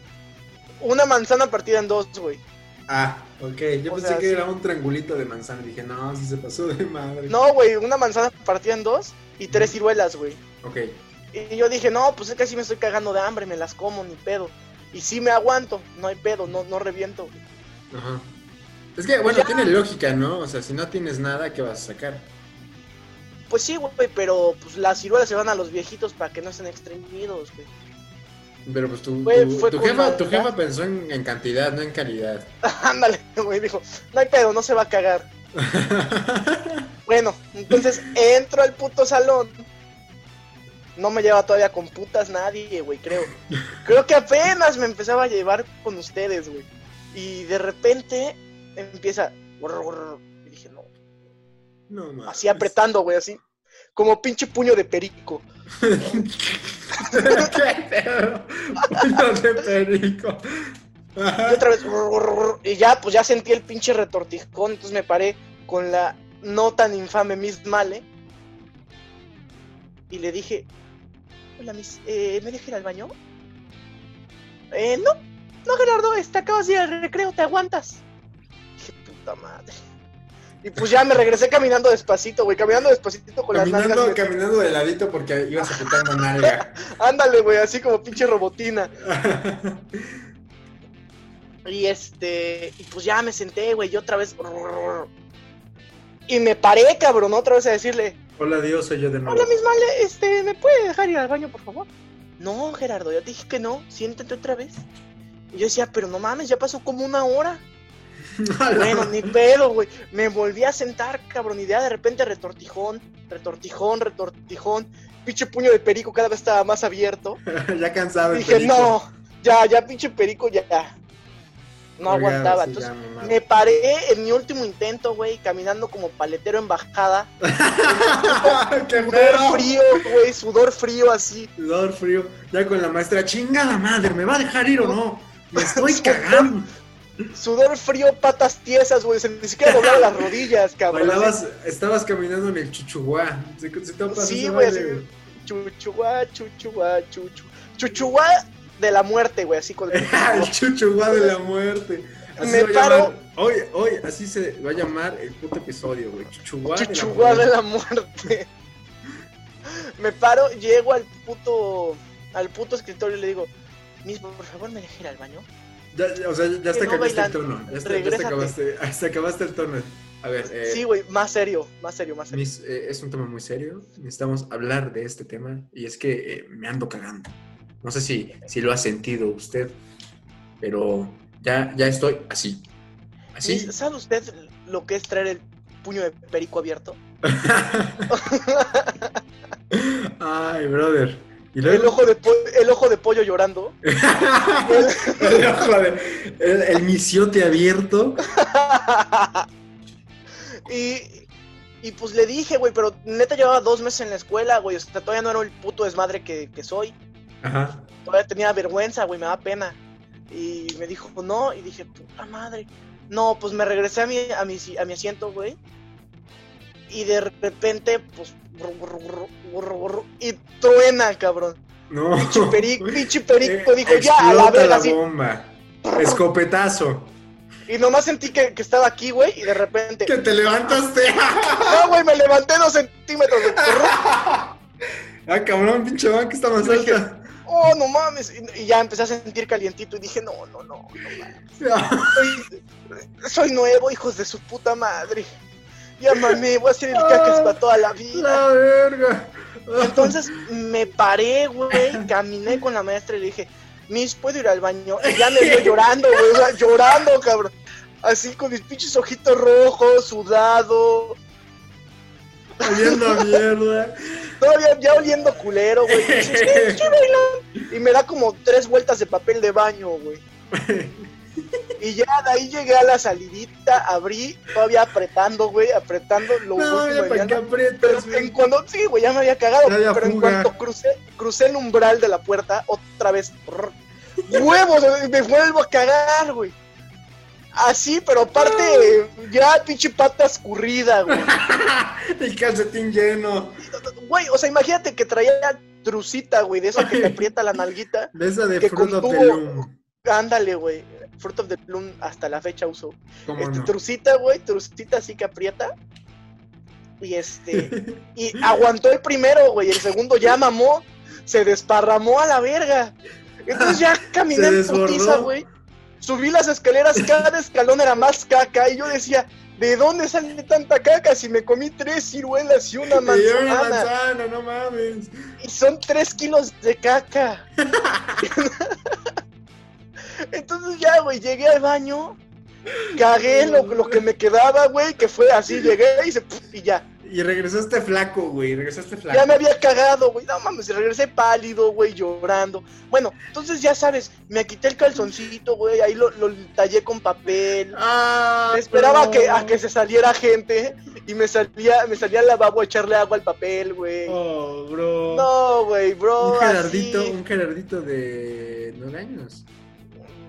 B: Una manzana partida en dos, güey.
A: Ah, ok. Yo
B: O
A: pensé
B: sea,
A: que
B: sí.
A: era un triangulito de manzana. Dije, no, si se pasó de madre.
B: No, güey, una manzana partida en dos y tres ciruelas, güey.
A: Ok.
B: Y yo dije, no, pues es que así me estoy cagando de hambre, me las como, ni pedo. Y sí me aguanto, no hay pedo, no, no reviento. güey.
A: Ajá. Es que, bueno, tiene lógica, ¿no? O sea, si no tienes nada, ¿qué vas a sacar?
B: Pues sí, güey, pero pues las ciruelas se van a los viejitos para que no estén extrañidos, güey. <laughs>
A: Pero pues tu,
B: Güey,
A: tu-
B: fue
A: tu
B: con
A: jefa, tu
B: maldad.
A: jefa pensó en, en cantidad, no en calidad. <laughs>
B: Ándale, güey, dijo, no hay pedo, no se va a cagar. Bueno, entonces entro al puto salón. No me lleva todavía con putas nadie, güey, creo. Creo que apenas me empezaba a llevar con ustedes, güey. Y de repente empieza... "Gurr, gurr", Y dije, no.
A: no, mames.
B: Así apretando, güey, así. Como pinche puño de perico.
A: ¿Qué pedo? Puño de perico.
B: Y otra vez... "Gurr, gurr, gurr", Y ya, pues ya sentí el pinche retortijón. Entonces me paré con la no tan infame Miss Male. Y le dije... Hola, Miss. eh, ¿Me deja ir al baño? Eh, no. No, Gerardo, este, acabas de ir al recreo, te aguantas. Dije, puta madre. Y pues ya me regresé caminando despacito, güey. Caminando despacito con las
A: Caminando,
B: nalgas.
A: caminando de ladito porque ibas apretando nalga. <laughs>
B: Ándale, güey, así como pinche robotina. Y este, y pues ya me senté, güey, y otra vez. Y me paré, cabrón, otra vez a decirle,
A: Hola Dios, soy yo de nuevo.
B: hola Miss Male, este, ¿me puede dejar ir al baño, por favor? No, Gerardo, ya te dije que no, siéntate otra vez. Y yo decía, pero no mames, ya pasó como una hora. Bueno,
A: <laughs>
B: ni pedo, güey. Me volví a sentar, cabrón, y ya de repente retortijón, retortijón, retortijón. Pinche puño de perico cada vez estaba más abierto.
A: ya cansado. el
B: Dije,
A: perico.
B: no, ya, ya, pinche perico, ya. No
A: Colgado,
B: aguantaba.
A: sí,
B: Entonces,
A: ya, mamá.
B: me paré en mi último intento, güey, caminando como paletero en bajada.
A: <laughs> ¡Qué
B: Sudor
A: feo!
B: frío, güey, sudor frío así.
A: Sudor frío. Ya con la maestra, chingada madre, ¿me va a dejar ir o no? Me estoy
B: <laughs> Sudor.
A: cagando.
B: Sudor frío, patas tiesas, güey. se- Ni siquiera doblaba <laughs> las rodillas, cabrón.
A: Bailabas, estabas caminando en el chuchuá. ¿Sí, sí te ha pasado
B: Sí,
A: ese
B: güey,
A: baile,
B: así. Chuchuá, chuchuá, chuchu. Chuchuá de la muerte, güey, así <laughs> con
A: <laughs> el chuchuá de la muerte. Así
B: Me
A: se va a
B: paro.
A: llamar- Hoy, hoy, así se va a llamar el puto episodio, güey. Chuchuá. de la
B: Chuchuá de
A: muerte.
B: la muerte. <laughs> me paro, llego al puto, al puto escritorio y le digo, Miss, por favor, me deja ir al baño.
A: Ya- ya, o sea, ya hasta
B: no
A: acabaste el
B: bailando.
A: tono. Ya hasta, ya hasta
B: Regrésate.
A: acabaste, <laughs> hasta acabaste el tono. A ver, eh,
B: sí, güey, más serio, más serio, más serio.
A: mis- eh, es un tema muy serio. Necesitamos hablar de este tema. Y es que eh, me ando cagando. No sé si, si lo ha sentido usted, pero ya, ya estoy así. Así.
B: Miss, Eh, ¿Sabe usted lo que es traer el puño de perico abierto?
A: Ay, brother. Y
B: El
A: luego-
B: ojo de, po- el ojo de pollo llorando.
A: el <laughs> ojo de- el- el misiote abierto.
B: y, y pues le dije, güey, pero neta llevaba dos meses en la escuela, güey. O sea, todavía no era el puto desmadre que, que soy.
A: Ajá.
B: todavía tenía vergüenza, güey, me da pena. Y me dijo, no, y dije, puta madre. No, pues me regresé a mi, a mi, si- a mi asiento, güey. Y de repente, pues, burru, burru, burru, burru, burru, y truena,
A: <laughs>
B: cabrón.
A: No.
B: Pinche perico, pinche perico,
A: Eh,
B: dijo, ya, a la
A: explota
B: verga,
A: la
B: así.
A: bomba. Escopetazo.
B: Y nomás sentí que, que estaba aquí, güey, y de repente,
A: Que te levantaste.
B: no, güey, me levanté dos centímetros, güey. Burru.
A: Ah, cabrón, pinche banca está más
B: Dije-
A: alta.
B: Oh, no mames. Y, y ya empecé a sentir calientito y dije, no, no, no. Soy, soy nuevo, hijos de su puta madre. Ya mamé, voy a hacer el cacas para toda la vida.
A: La verga. Ah,
B: Entonces me paré, güey, caminé con la maestra y le dije, Miss, ¿puedo ir al baño? Y ya me vio llorando, güey, o sea, llorando, cabrón. Así con mis pinches ojitos rojos, sudado,
A: Oliendo a mierda.
B: todavía ya oliendo culero, güey. Y dice, "Sí, sí, bailón". Y me da como tres vueltas de papel de baño, güey. Y ya de ahí llegué a la salidita, abrí, todavía apretando, güey, apretando lo
A: No,
B: último
A: ya
B: de
A: para
B: mi
A: que
B: alma.
A: aprietas,
B: Pero en
A: güey.
B: cuando, sí, güey, ya me había cagado.
A: Ya había
B: pero en
A: fuga.
B: cuanto crucé, crucé el umbral de la puerta, otra vez. brr, ¡Huevos! Me vuelvo a cagar, güey. Así, pero aparte, ya pinche pata escurrida, güey.
A: El calcetín lleno.
B: Güey, o sea, imagínate que traía trucita, güey, de esa
A: <laughs>
B: que te aprieta la nalguita.
A: De esa de
B: Que
A: Fruit of the
B: contuvo-
A: Loom.
B: Ándale, güey. Fruit of the Loom hasta la fecha uso.
A: ¿Cómo
B: Este,
A: no?
B: Trucita, güey, trucita así que aprieta. Y este.
A: <laughs>
B: Y aguantó el primero, güey. El segundo ya mamó. Se desparramó a la verga. Entonces ya
A: <laughs>
B: caminé
A: Se
B: en
A: desbordó.
B: putiza, güey. Subí las escaleras, cada escalón era más caca. Y yo decía, ¿de dónde sale tanta caca si me comí tres ciruelas y una
A: Te dieron una
B: manzana?
A: manzana, no mames.
B: Y son tres kilos de
A: <laughs>
B: caca. Entonces ya, güey, llegué al baño. Cagué lo, lo que me quedaba, güey, que fue así, llegué y, se, y ya.
A: Y regresaste flaco, güey. Regresaste flaco.
B: Ya me había cagado, güey. No mames, regresé pálido, güey, llorando. Bueno, entonces ya sabes, me quité el calzoncito, güey, ahí lo, lo tallé con papel.
A: Ah,
B: Esperaba
A: no.
B: que, a que se saliera gente y me salía, me salía al lavabo a echarle agua al papel, güey.
A: Oh, bro.
B: No, güey, bro.
A: un
B: así
A: Gerardito, un Gerardito de nueve años.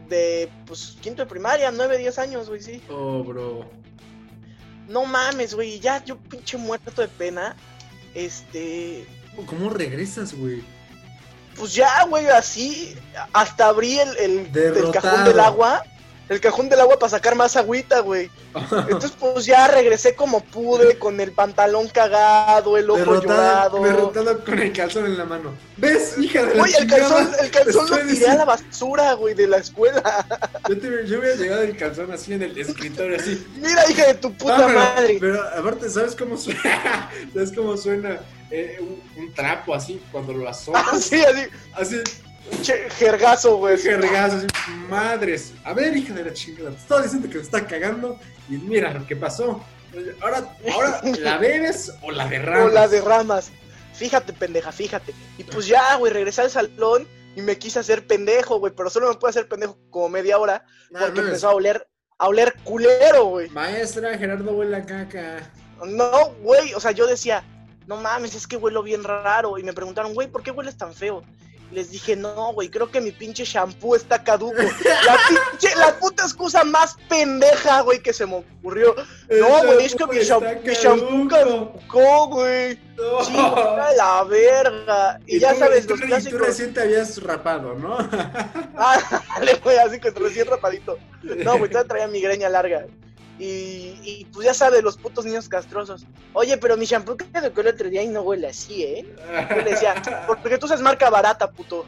B: De, pues, quinto de primaria, nueve, diez años, güey, sí.
A: Oh, bro.
B: No mames, güey, ya yo pinche muerto de pena. Este,
A: ¿Cómo regresas, güey?
B: pues ya, güey, así, hasta abrí el, el- el cajón
A: Derrotado.
B: del agua, el cajón del agua para sacar más agüita, güey.
A: <laughs>
B: Entonces, pues ya regresé como pude, con el pantalón cagado, el ojo
A: Derrotado,
B: llorado.
A: derrotado con el calzón en la mano. ¿Ves, hija de la
B: Güey, el
A: chingada?
B: calzón, el calzón lo
A: Estoy
B: tiré a la basura, güey, de la escuela. <laughs>
A: Yo, te, yo hubiera llegado el calzón así en el escritorio, así.
B: Mira, hija de tu puta
A: Ah, pero,
B: madre. <laughs>
A: Pero aparte, ¿sabes cómo suena? <laughs> ¿Sabes cómo suena eh, un, un trapo así cuando lo asomas?
B: Así, así,
A: Así,
B: che, jergazo, güey.
A: que regazo, Pues, así, madres. A ver, hija de la chingada, te estaba diciendo que te está cagando y mira lo que pasó. Ahora, ahora ¿la bebes o la derramas?
B: O la de ramas. Fíjate, pendeja, fíjate. Y pues ya, güey, regresé al salón y me quise hacer pendejo, güey, pero solo me pude hacer pendejo como media hora
A: No,
B: porque
A: Ah, no,
B: empezó a oler, a oler culero, güey.
A: Maestra, Gerardo huele a caca.
B: No, güey, o sea, yo decía, no mames, es que huelo bien raro. Y me preguntaron, güey, ¿por qué hueles tan feo? Y Les dije, no, güey, creo que mi pinche shampoo está caduco.
A: <laughs>
B: La pinche, la puta excusa más pendeja, güey, que se me ocurrió. No, güey, es que mi
A: Está
B: shampoo- mi shampoo
A: caduco.
B: Co, güey,
A: No.
B: chinga la verga. Y, ya
A: tú-
B: sabes,
A: tú,
B: los
A: re- y
B: clásicos.
A: tú
B: <laughs>
A: recién te habías rapado, ¿no?
B: Ah, le voy así que recién rapadito. No, güey, todavía traía migraña larga. Y, y pues ya sabes, los putos niños castrosos. Oye, pero mi shampoo que me tocó el otro día y no huele así, ¿eh? Yo le decía, porque tú usas marca barata, puto.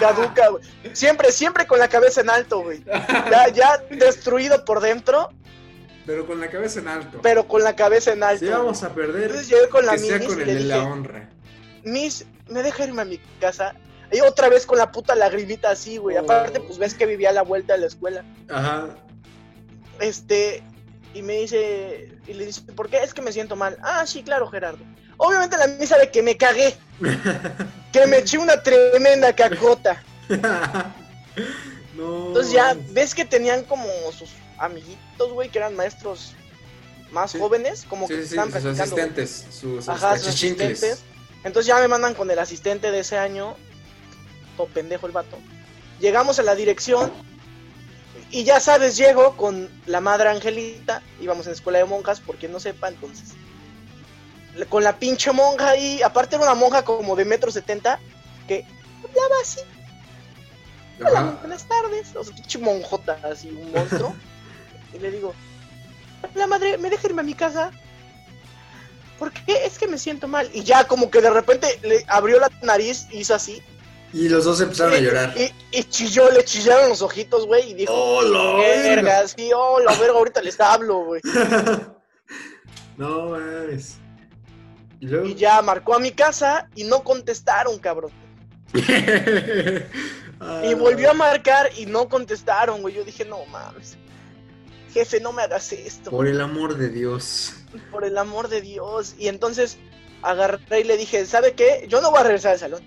B: Caduca, güey. Siempre, siempre con la cabeza en alto, güey. Ya, ya destruido por dentro,
A: Pero con la cabeza en alto.
B: pero con la cabeza en alto.
A: si vamos a perder,
B: Entonces llegué con la
A: que sea
B: minis
A: con
B: y
A: el
B: le
A: de la
B: dije,
A: honra.
B: Miss, ¿me deja irme a mi casa? Y otra vez con la puta lagrimita así, güey.
A: Oh.
B: Aparte, pues ves que vivía a la vuelta de la escuela.
A: Ajá.
B: este y me dice y le dice ¿por qué es que me siento mal? Ah sí claro Gerardo. Obviamente la misa de que me cagué, que me eché una tremenda cacota.
A: <laughs> no.
B: Entonces ya ves que tenían como sus amiguitos, güey, que eran maestros más
A: Sí.
B: jóvenes, como
A: Sí,
B: que
A: sí, sí,
B: estaban
A: sus
B: practicando. güey.
A: asistentes, sus
B: Ajá, sus
A: achichincles.
B: asistentes. Entonces ya me mandan con el asistente de ese año, todo pendejo el vato. Llegamos a la dirección y ya sabes, llego con la madre Angelita, íbamos en escuela de monjas, por quien no sepa, entonces. la- Con la pinche monja ahí, aparte era una monja como de metro setenta, que hablaba así, hola,
A: Ajá.
B: buenas tardes, o sea, pinche monjota, así, un monstruo. y le digo, la madre, ¿me deja irme a mi casa? Porque es que me siento mal. Y ya como que de repente le abrió la nariz, hizo así.
A: Y los dos empezaron a
B: y-
A: llorar.
B: Y, y chilló, le chillaron los ojitos, güey, y dijo,
A: ¡Oh, la
B: "Qué
A: verga!
B: verga, sí, oh, la verga, ahorita les hablo, güey.
A: <laughs> no mames. Y luego. <laughs>
B: Y ya marcó a mi casa y no contestaron, cabrón.
A: Ah,
B: Y volvió a marcar y no contestaron, güey. Yo dije, no mames. Jefe, no me hagas
A: Ah,
B: esto.
A: Por el amor de Dios.
B: por el amor de Dios. Y entonces agarré y le dije, ¿sabe qué? Yo no voy a regresar al salón.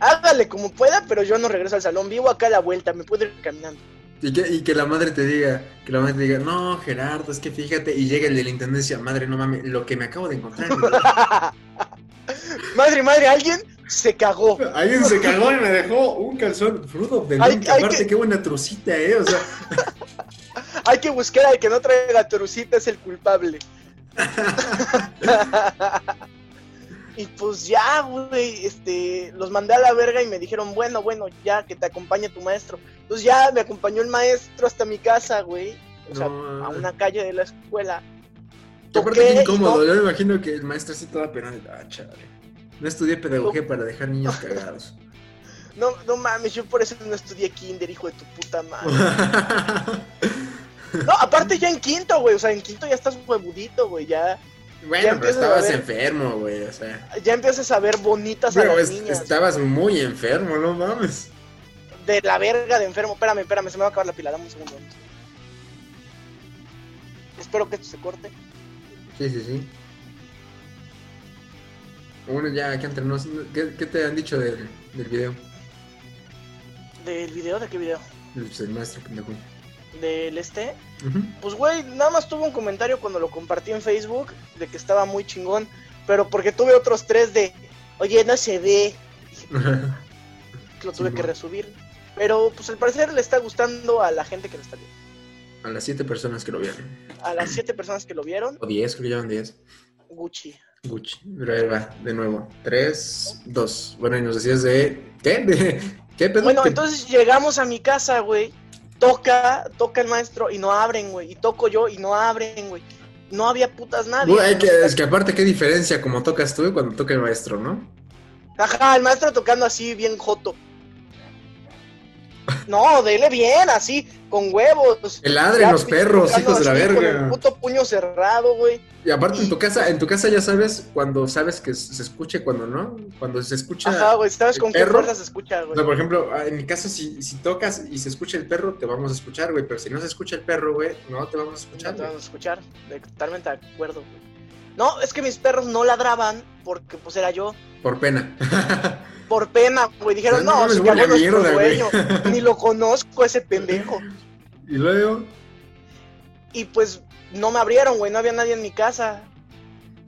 B: Hágale como pueda, pero yo no regreso al salón. Vivo acá a la vuelta, me puedo ir caminando. <laughs>
A: Y que, y que la madre te diga, que la madre te diga, no, Gerardo, es que fíjate, y llega el de la intendencia, madre, no mames, lo que me acabo de encontrar.
B: <laughs> madre, madre, alguien se cagó.
A: Alguien se cagó y me dejó un calzón fruto de
B: Hay-
A: nunca.
B: hay
A: Aparte,
B: que-
A: qué buena trucita, ¿eh? O sea,
B: Hay que buscar al que no traiga torucita, es
A: <laughs>
B: el culpable. y pues ya, güey, este, los mandé a la verga y me dijeron, bueno, bueno, ya, que te acompañe tu maestro. Entonces ya me acompañó el maestro hasta mi casa, güey. O sea,
A: No,
B: a una calle de la escuela.
A: Que aparte qué
B: Toqué y
A: incómodo, eh.
B: no-
A: yo me imagino que el maestro sí te da pena. Ah, chale. No estudié pedagogía para dejar
B: <laughs>
A: niños cagados.
B: No, no mames, yo por eso no estudié kinder, hijo de tu puta madre.
A: <laughs>
B: Ah, No, aparte ya en quinto, güey. O sea, en quinto ya estás huevudito, güey. Ya,
A: bueno, pero
B: empiezas a
A: estabas
B: ver.
A: enfermo, güey, o sea.
B: ya empiezas a ver bonitas a
A: Pero
B: las
A: es-
B: niñas.
A: estabas muy enfermo, no mames.
B: De la verga de enfermo. Espérame, espérame, se me va a acabar la pila. Dame un segundo. dame un segundo. Espero que esto se corte.
A: Sí, sí, sí. Bueno, ya que entre nos, ¿qué, qué te han dicho del, del video?
B: ¿Del video? ¿De qué video?
A: Pues el maestro pendejo.
B: ¿Del este?
A: Ujú.
B: Pues, güey, nada más tuve un comentario cuando lo compartí en Facebook de que estaba muy chingón. Pero porque tuve otros tres de, oye, no se ve. Lo tuve
A: Sí,
B: que
A: no.
B: resubir. Pero, pues, al parecer le está gustando a la gente que lo está viendo.
A: A las siete personas que lo vieron.
B: A las siete personas que lo vieron,
A: O 10, creo que llevan 10.
B: Gucci.
A: Gucci. Pero ahí va, de nuevo. 3, 2. Bueno, y nos decías de. ¿Qué? <laughs> ¿De- ¿Qué pedo?
B: Bueno,
A: ¿Qué-
B: entonces llegamos a mi casa, güey. Toca, toca el maestro y no abren, güey. Y toco yo y no abren, güey. No había putas nadie.
A: Güey, que- es que aparte, qué diferencia como tocas tú y cuando toca el maestro, ¿no?
B: Ajá, el maestro tocando así, bien joto. No, dele bien, así, con huevos.
A: Que ladren
B: Ya,
A: los
B: pinche
A: perros,
B: tocando
A: hijos de la
B: así, Con el
A: verga.
B: puto puño cerrado, güey.
A: Y aparte en tu casa, en tu casa ya sabes cuando sabes que se escucha y cuando no. Cuando se escucha.
B: Ajá, güey, ¿sabes
A: el
B: con qué
A: perro-
B: fuerza se escucha,
A: O
B: güey?
A: sea, por ejemplo, ah, en mi caso, si, si tocas y se escucha el perro, te vamos a escuchar, güey. Pero si no se escucha el perro, güey, no te vamos a
B: No
A: escuchar.
B: te
A: güey.
B: vamos a escuchar, de- totalmente de acuerdo, güey. No, es que mis perros no ladraban porque, pues, era yo.
A: Por pena. <laughs>
B: por pena, güey. Dijeron,
A: No, no
B: no,
A: mames,
B: se
A: huele
B: cagó
A: a
B: nuestro
A: mierda,
B: dueño.
A: <laughs>
B: Ni lo conozco ese pendejo.
A: y luego,
B: Y pues no me abrieron, güey. No había nadie en mi casa.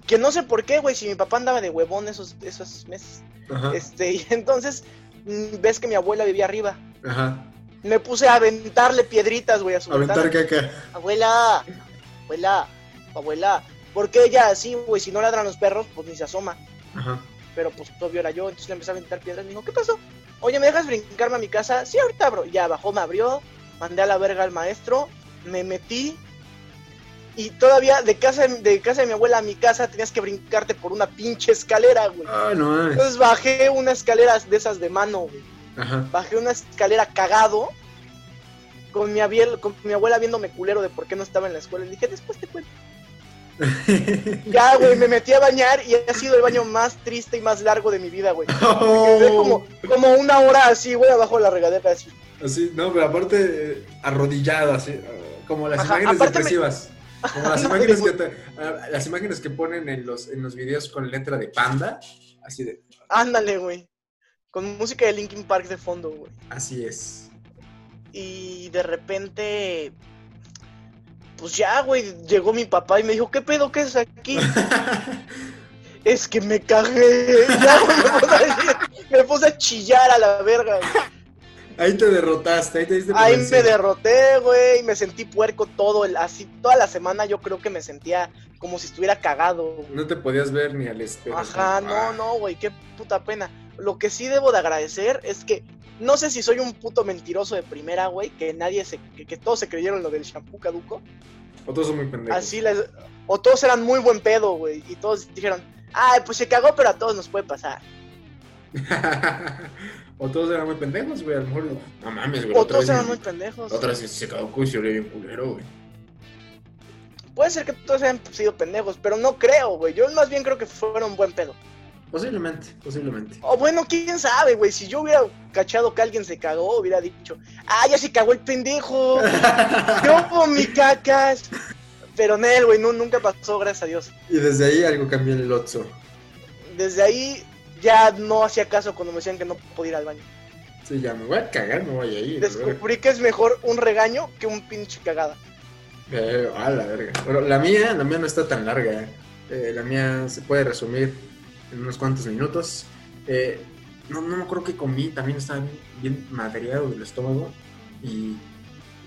B: Que no sé por qué, güey. Si mi papá andaba de huevón esos, esos meses.
A: ajá,
B: Este, <laughs> y entonces mm, ves que mi abuela vivía arriba.
A: ajá,
B: Me puse a aventarle piedritas, güey, a su
A: aventar
B: ventana.
A: caca.
B: Abuela, abuela, abuela. Porque ella así, güey, si no ladran los perros, pues ni se asoma.
A: Ajá.
B: pero pues obvio era yo, entonces le empecé a aventar piedras, me dijo, ¿qué pasó? Oye, ¿me dejas brincarme a mi casa? Sí, ahorita, bro. Y Ya bajó, me abrió, mandé a la verga al maestro, me metí, y todavía de casa de, de casa de mi abuela a mi casa tenías que brincarte por una pinche escalera, güey.
A: Ay, Ah, no mames.
B: Entonces bajé una escalera de esas de mano, güey.
A: Ajá.
B: Bajé una escalera cagado, con mi, abiel- con mi abuela viéndome culero de por qué no estaba en la escuela. Y dije, después te cuento.
A: <laughs>
B: Ya, güey, me metí a bañar y ha sido el baño más triste y más largo de mi vida, güey. Me
A: Oh.
B: quedé como, como una hora así, güey, abajo de la regadera, así.
A: Así, no, pero aparte eh, arrodillado, así, eh, como las
B: Ajá,
A: imágenes
B: aparte me-
A: depresivas. Como las
B: <laughs> No,
A: imágenes que
B: güey.
A: te- ah, las imágenes que ponen en los, en los videos con letra de panda, así de
B: Ándale, güey. Con música de Linkin Park de fondo, güey.
A: así es. <laughs>
B: Y de repente. Pues ya, güey, llegó mi papá y me dijo, ¿qué pedo que es aquí? es que me cagué. <laughs> Ya, güey, me puse a- me puse a chillar a la verga, güey.
A: Ahí te derrotaste, ahí te diste por
B: Ahí me
A: vencido.
B: derroté, güey, y me sentí puerco todo el, así, toda la semana yo creo que me sentía como si estuviera cagado, güey.
A: No te podías ver ni al espejo.
B: Ajá, no,
A: Ah,
B: no, güey, qué puta pena. Lo que sí debo de agradecer es que no sé si soy un puto mentiroso de primera, güey, que nadie se, que, que todos se creyeron lo del shampoo caduco.
A: Otros son muy pendejos. <laughs>
B: Así les, o todos eran muy buen pedo, güey, y todos dijeron, ay, pues se cagó, pero a todos nos puede pasar.
A: o todos eran muy pendejos, güey. A lo mejor. No mames, güey.
B: O
A: otra
B: todos
A: vez
B: eran
A: me-
B: muy pendejos.
A: Otra vez se cagó cucio, bien culero, güey.
B: Puede ser que todos hayan sido pendejos, pero no creo, güey. Yo más bien creo que fueron buen pedo.
A: Posiblemente,
B: <laughs>
A: posiblemente. <laughs>
B: O bueno, quién sabe, güey. Si yo hubiera cachado que alguien se cagó, hubiera dicho, ah, ya se cagó el pendejo. Yo por mi cacas. Pero Nel, güey, no, nunca pasó, gracias a Dios.
A: y desde ahí algo cambió en el Otso.
B: Desde ahí ya no hacía caso cuando me decían que no podía ir al baño.
A: Sí, ya me voy a cagar, me voy a ir. güey.
B: Descubrí que es mejor un regaño que un pinche cagada.
A: Eh, a la verga. Pero la mía, la mía no está tan larga. eh. Eh, la mía se puede resumir en unos cuantos minutos. Eh, no, no me acuerdo que comí, también estaba bien, bien madreado del estómago. Y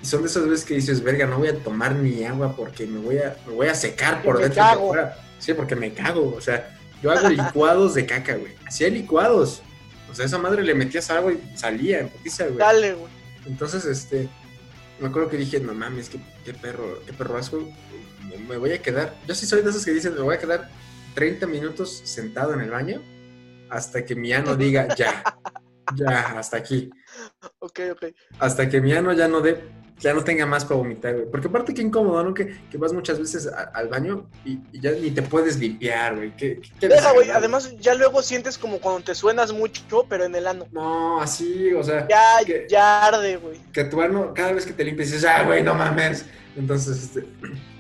A: Y son de esas veces que dices, verga, no voy a tomar ni agua porque me voy a, me voy a secar por
B: me
A: dentro. y por
B: cago.
A: fuera. Sí, porque me cago. O sea, yo hago licuados de caca, güey. Hacía licuados. O sea, esa madre le metías agua y salía en putiza, güey.
B: Dale, güey.
A: Entonces, este, me acuerdo que dije, no mames, qué, qué perro, qué perro asco, me, me voy a quedar. Yo sí soy de esos que dicen, me voy a quedar 30 minutos sentado en el baño hasta que mi ano diga, ya, ya, hasta aquí.
B: Ok, ok.
A: Hasta que mi ano ya no dé, ya no tenga más para vomitar, güey. Porque aparte qué incómodo, ¿no? Que, que vas muchas veces a- al baño y, y ya ni te puedes limpiar, güey. Qué- qué- qué
B: Deja, güey.
A: desagradable.
B: Además, ya luego sientes como cuando te suenas mucho, pero en el ano.
A: No, así, o sea...
B: Ya,
A: ¿Qué?
B: ya arde, güey.
A: Que tu ano, cada vez que te limpias, dices, ah, güey, no mames. Entonces, este,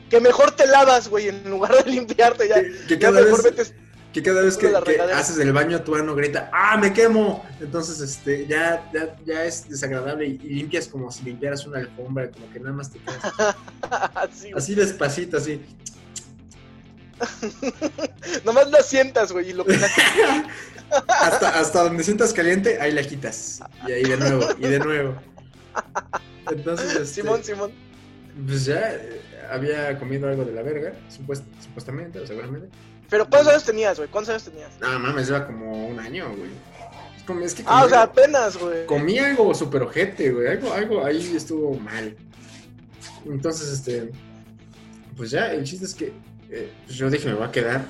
B: Que mejor te lavas, güey, en lugar de limpiarte. Ya,
A: que, que
B: ya
A: cada
B: mejor
A: vez
B: vete. <laughs>
A: Que cada vez que,
B: Uno la
A: que
B: regadera.
A: haces el baño, tu ano grita, ¡ah, me quemo! Entonces, este, ya, ya, ya es desagradable y, y limpias como si limpiaras una alfombra, como que nada más te quedas
B: Sí, güey.
A: así despacito, así.
B: Nomás lo sientas, güey, y lo que
A: <laughs> Hasta, hasta donde sientas caliente, ahí la quitas. Y ahí de nuevo, y de nuevo. Entonces, este,
B: Simón, Simón.
A: pues ya eh, había comido algo de la verga, supuest- supuestamente, o seguramente.
B: Pero ¿cuántos años tenías, güey? ¿Cuántos años tenías?
A: No, mames, lleva como un año, güey. Es como- Es que
B: Ah, o
A: comí-
B: sea, apenas, güey.
A: comí algo super ojete, güey. Algo, algo ahí estuvo mal. Entonces, este. Pues ya, el chiste es que eh, pues yo dije, me voy a quedar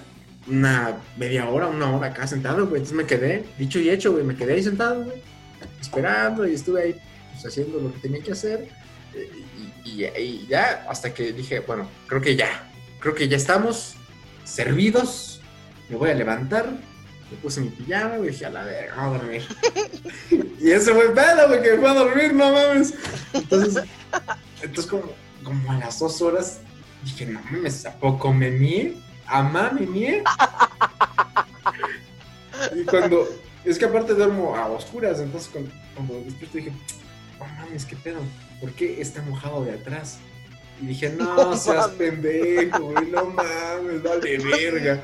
A: una media hora, una hora acá sentado, güey. Entonces me quedé, dicho y hecho, güey. Me quedé ahí sentado, güey. Esperando y estuve ahí, pues haciendo lo que tenía que hacer. eh, y, y- y ya, hasta que dije, bueno, creo que ya. Creo que ya estamos servidos. Me voy a levantar. Me puse mi pijama, güey. Dije, a la verga, vamos a dormir. <laughs> Y ese fue el pedo, güey, que me fue a dormir, no mames. Entonces, entonces como, como a las dos horas dije, no mames, ¿a poco me mié? ¿A mami mié? Y cuando, es que aparte duermo a oscuras, entonces cuando, cuando despierto dije, no mames, qué pedo, ¿por qué está mojado de atrás? Y dije, no,
B: <laughs> No
A: seas
B: mames.
A: pendejo, güey, no mames, vale
B: <laughs>
A: verga.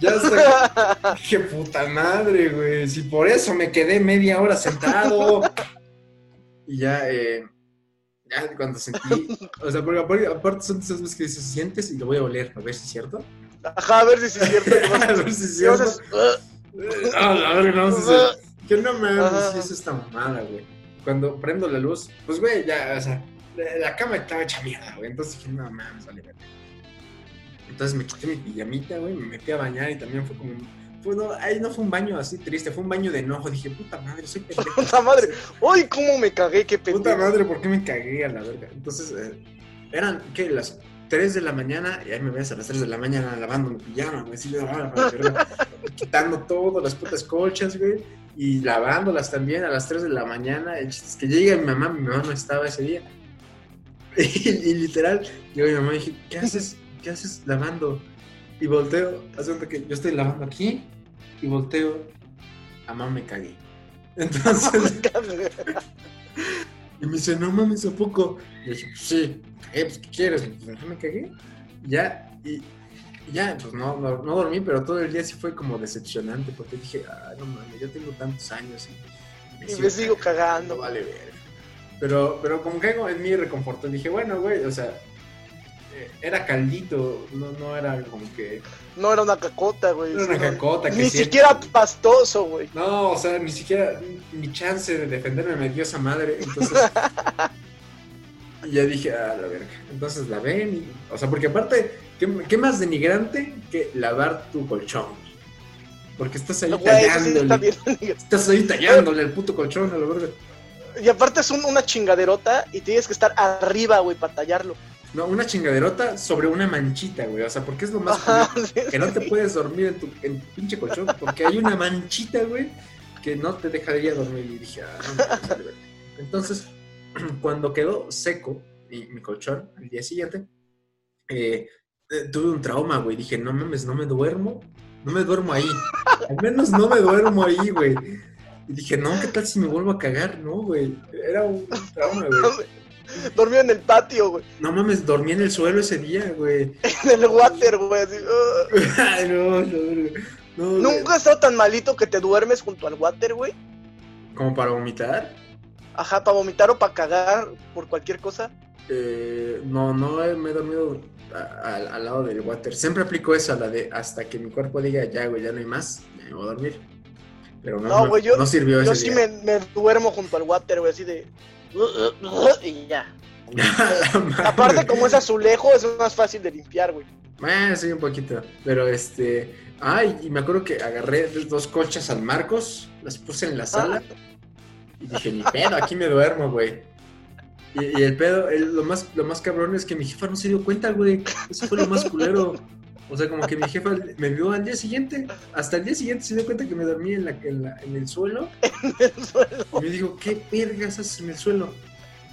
A: Ya está. <laughs> Qué puta madre, güey. Si por eso me quedé media hora sentado. y ya, eh, ya cuando sentí. O sea, porque aparte, aparte son de esas veces que dices, sientes y lo voy a oler, a ver si es cierto. <laughs>
B: Ajá, a ver si sí es cierto.
A: a <laughs>
B: güey.
A: ver si es
B: Sí, o
A: cierto.
B: sea, es- uh,
A: Eh, ah, la verga, no, sí, sí. Que no mames,
B: Ajá.
A: sí es esta mamada, güey. Cuando prendo la luz, pues güey, ya, o sea, la, la cama estaba hecha mierda, güey. Entonces dije, no mames, vale, verga. Entonces me quité mi pijamita, güey, me metí a bañar y también fue como. un- fue- no, ahí no fue un baño así triste, fue un baño de enojo. Dije, puta madre, soy pendejo.
B: Puta <laughs> madre. Uy, cómo me cagué, qué
A: Puta
B: <laughs> pendejo.
A: madre, ¿por qué me cagué a la verga? Entonces, eh, eran, ¿qué? Las 3 de la mañana, y ahí me ves a las 3 de la mañana lavando mi pijama, güey, así, ah, la verga. quitando todo, las putas colchas, güey, y lavándolas también a las 3 de la mañana. El chiste es que llega mi mamá, mi mamá no estaba ese día. <laughs> Y, y literal, yo a mi mamá y dije, ¿qué haces? ¿Qué haces lavando? Y volteo, hace que yo estoy lavando aquí, y volteo, a mamá me cagué. Entonces... Y me dice, no mames, ¿a poco? Y yo dije, pues sí, eh, pues, ¿qué quieres? Pues ajá, me cagué. Y Ya, y y ya, pues no, no, no dormí, pero todo el día sí fue como decepcionante, porque dije, ah, no mames, yo tengo tantos años y
B: Y me sigo
A: no
B: cagando.
A: vale ver. Pero, pero como que algo en mí reconfortó, dije, bueno, güey, o sea, eh, era caldito, no, no era algo como que...
B: No era una cacota, güey.
A: Era una
B: No.
A: cacota que
B: Ni
A: siempre-
B: siquiera pastoso, güey.
A: no, o sea, ni siquiera mi chance de defenderme me dio esa madre.
B: <laughs>
A: Entonces. y ya dije, ah, la verga. Entonces la ven. y- o sea, porque aparte, ¿qué, qué más denigrante que lavar tu colchón? Porque estás ahí
B: Güey, eso sí está
A: tallándole.
B: bien.
A: estás ahí tallándole el puto colchón, a la verga.
B: Y aparte es un- una chingaderota y tienes que estar arriba, güey, para tallarlo.
A: No, una chingaderota sobre una manchita, güey. O sea, porque es lo
B: <laughs>
A: más.
B: Ajá,
A: culero,
B: sí,
A: Que no te puedes dormir en tu, en tu pinche colchón. Porque hay una manchita, güey, que no te dejaría dormir. Y dije, ah, no, no, no, no, no". Entonces, <clears throat> cuando quedó seco mi, mi colchón al día siguiente, eh, eh, tuve un trauma, güey. Dije, no mames, no me duermo. No me duermo ahí. Al menos no me duermo ahí, güey. Y dije, no, ¿qué tal si me vuelvo a cagar? No, güey. Era un trauma, güey.
B: Dormido en el patio, güey. <laughs>
A: No mames, dormí en el suelo ese día, güey. <laughs>
B: En el water, güey. así, uh.
A: Ay, no, no, no. No, güey.
B: Nunca has estado tan malito que te duermes junto al water, güey.
A: ¿Como para vomitar?
B: Ajá, para vomitar o para cagar por cualquier cosa.
A: Eh, no, no eh, me he dormido a- a- al lado del water. Siempre aplico esa, la de hasta que mi cuerpo diga ya, güey, ya no hay más, ya me voy a dormir. Pero no,
B: No,
A: no,
B: güey, yo-
A: no sirvió
B: Yo
A: ese
B: sí
A: día.
B: me, me duermo junto al water, güey, así de. uh, Y ya.
A: <laughs> A la madre.
B: Aparte, como es azulejo, es más fácil de limpiar, güey. <laughs>
A: Eh, sí, un poquito. Pero este. Ay, y me acuerdo que agarré dos colchas al Marcos, las puse en la sala.
B: Ah.
A: Y dije, ni pedo, aquí me duermo, güey. Y, y el pedo, el- lo, más, lo más cabrón es que mi jefa no se dio cuenta, güey. Eso fue lo más culero. O sea, como que mi jefa me vio al día siguiente. Hasta el día siguiente se dio cuenta que me dormí en, la, en, la- en el suelo. Y me dijo, ¿qué vergas haces en el suelo?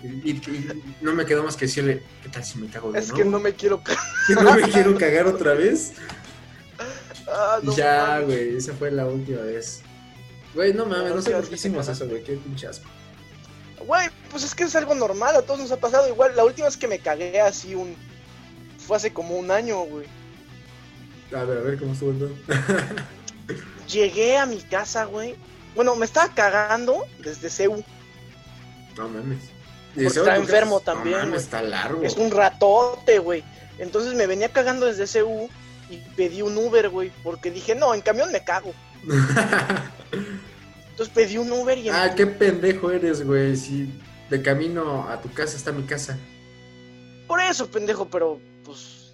A: Y, y- y no me quedó más que decirle, ¿qué tal si me cago de
B: es
A: nuevo?
B: que no me quiero. ca-
A: <laughs> Que no
B: <laughs>
A: me quiero cagar otra vez.
B: Ah,
A: Y
B: no
A: ya,
B: mames.
A: güey, esa fue la última vez. Güey, no mames, no sé por qué hicimos eso, güey, qué pinche asco.
B: Güey, pues es que es algo normal, a todos nos ha pasado igual. La última vez que me cagué así un... Fue hace como un año, güey.
A: A ver, a ver cómo estuvo el pedo. <laughs>
B: Llegué a mi casa, güey. Bueno, me estaba cagando desde CEU.
A: No mames.
B: Porque
A: Dice,
B: está
A: "Oye, ¿tú qué
B: enfermo
A: haces?"
B: también,
A: No mames,
B: güey.
A: está largo.
B: Es un ratote, güey. Entonces me venía cagando desde CEU y pedí un Uber, güey. Porque dije, no, en camión me cago. Entonces pedí un Uber y...
A: <laughs>
B: en-
A: ah, qué pendejo eres, güey. Si de camino a tu casa está mi casa.
B: Por eso, pendejo, pero pues...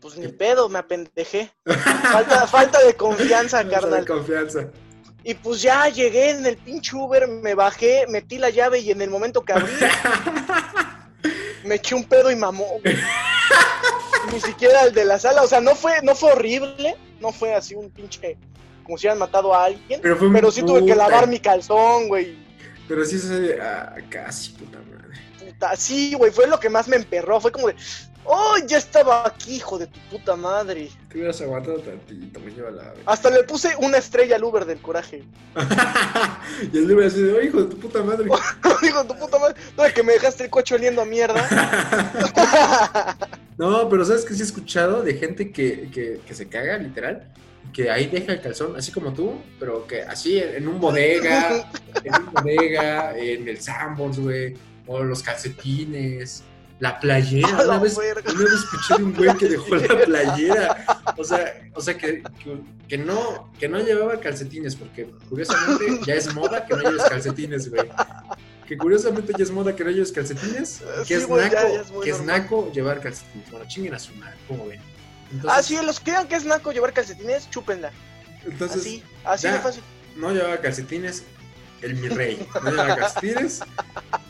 B: Pues
A: Eh.
B: ni pedo,
A: <laughs>
B: me apendejé. Falta, falta de confianza,
A: Falta de
B: Ah, carnal.
A: confianza. <laughs>
B: Y pues ya llegué en el pinche Uber, me bajé, metí la llave y en el momento que abrí, me eché un pedo y mamó.
A: <laughs>
B: güey. Ni siquiera el de la sala, o sea, no fue, no fue horrible, no fue así un pinche, como si hubieran matado a alguien,
A: Pero fue un
B: pero sí tuve que
A: puta.
B: lavar mi calzón, güey.
A: Pero sí se. Ah, casi, puta madre.
B: Puta, sí, güey, fue lo que más me emperró, fue como de, oh, ya estaba aquí, hijo de tu puta madre.
A: Te hubieras aguantado tantito, me lleva la.
B: Hasta le puse una estrella al Uber del coraje. <laughs> Ah.
A: <laughs> y el libro así de, "Oh, hijo de tu puta
B: <laughs>
A: madre.
B: Hijo de tu puta madre, no, es que me dejaste el coche oliendo a mierda.
A: No, pero ¿sabes que Sí he escuchado de gente que, que, que se caga, literal, que ahí deja el calzón, así como tú, pero que así en, en un
B: <laughs>
A: bodega, en un bodega, en el Sambors, güey, o los calcetines, la playera.
B: A
A: Una
B: la
A: vez,
B: verga.
A: una vez escuché de un güey que dejó
B: <laughs>
A: la playera. O sea, o sea que, que, que no, que no llevaba calcetines, porque curiosamente ya es moda que no lleves calcetines, güey. Que curiosamente ya es moda que no lleves
B: <laughs>
A: calcetines, que
B: Sí,
A: es
B: güey, ya-
A: naco,
B: ya es muy
A: que es
B: normal.
A: naco llevar calcetines. Bueno, chinguen a su madre, ¿cómo ven? Entonces,
B: Ah, sí, los que crean que es naco llevar calcetines, chúpenla.
A: entonces
B: así, así
A: ya.
B: de fácil.
A: no llevaba calcetines, el mi rey, no llevaba calcetines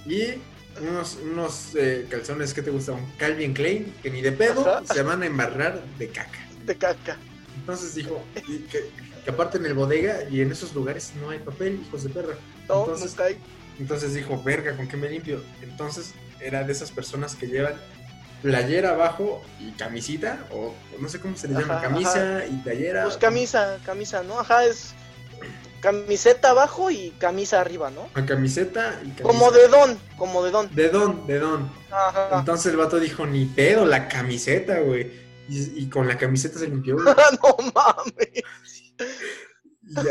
A: y unos, unos eh, calzones que te gustan, Calvin Klein, que ni de pedo
B: Ajá.
A: se van a embarrar de caca.
B: De caca.
A: Entonces dijo, y que, que aparte en el bodega y en esos lugares no hay papel, hijos de perra.
B: No,
A: Entonces-
B: nunca hay.
A: Entonces dijo, verga, ¿con qué me limpio? Entonces era de esas personas que llevan playera abajo y camisita, o no sé cómo se le llama,
B: Ajá,
A: camisa y playera.
B: Pues camisa, camisa, ¿no? Ajá, es camiseta abajo y camisa arriba, ¿no?
A: Con camiseta y camisa.
B: Como de Ah. don, como de don.
A: De don, de don.
B: Ajá.
A: Entonces el vato dijo, ni pedo, la camiseta, güey. Y, y con la camiseta se limpió, güey.
B: <laughs> no mames.
A: Ya,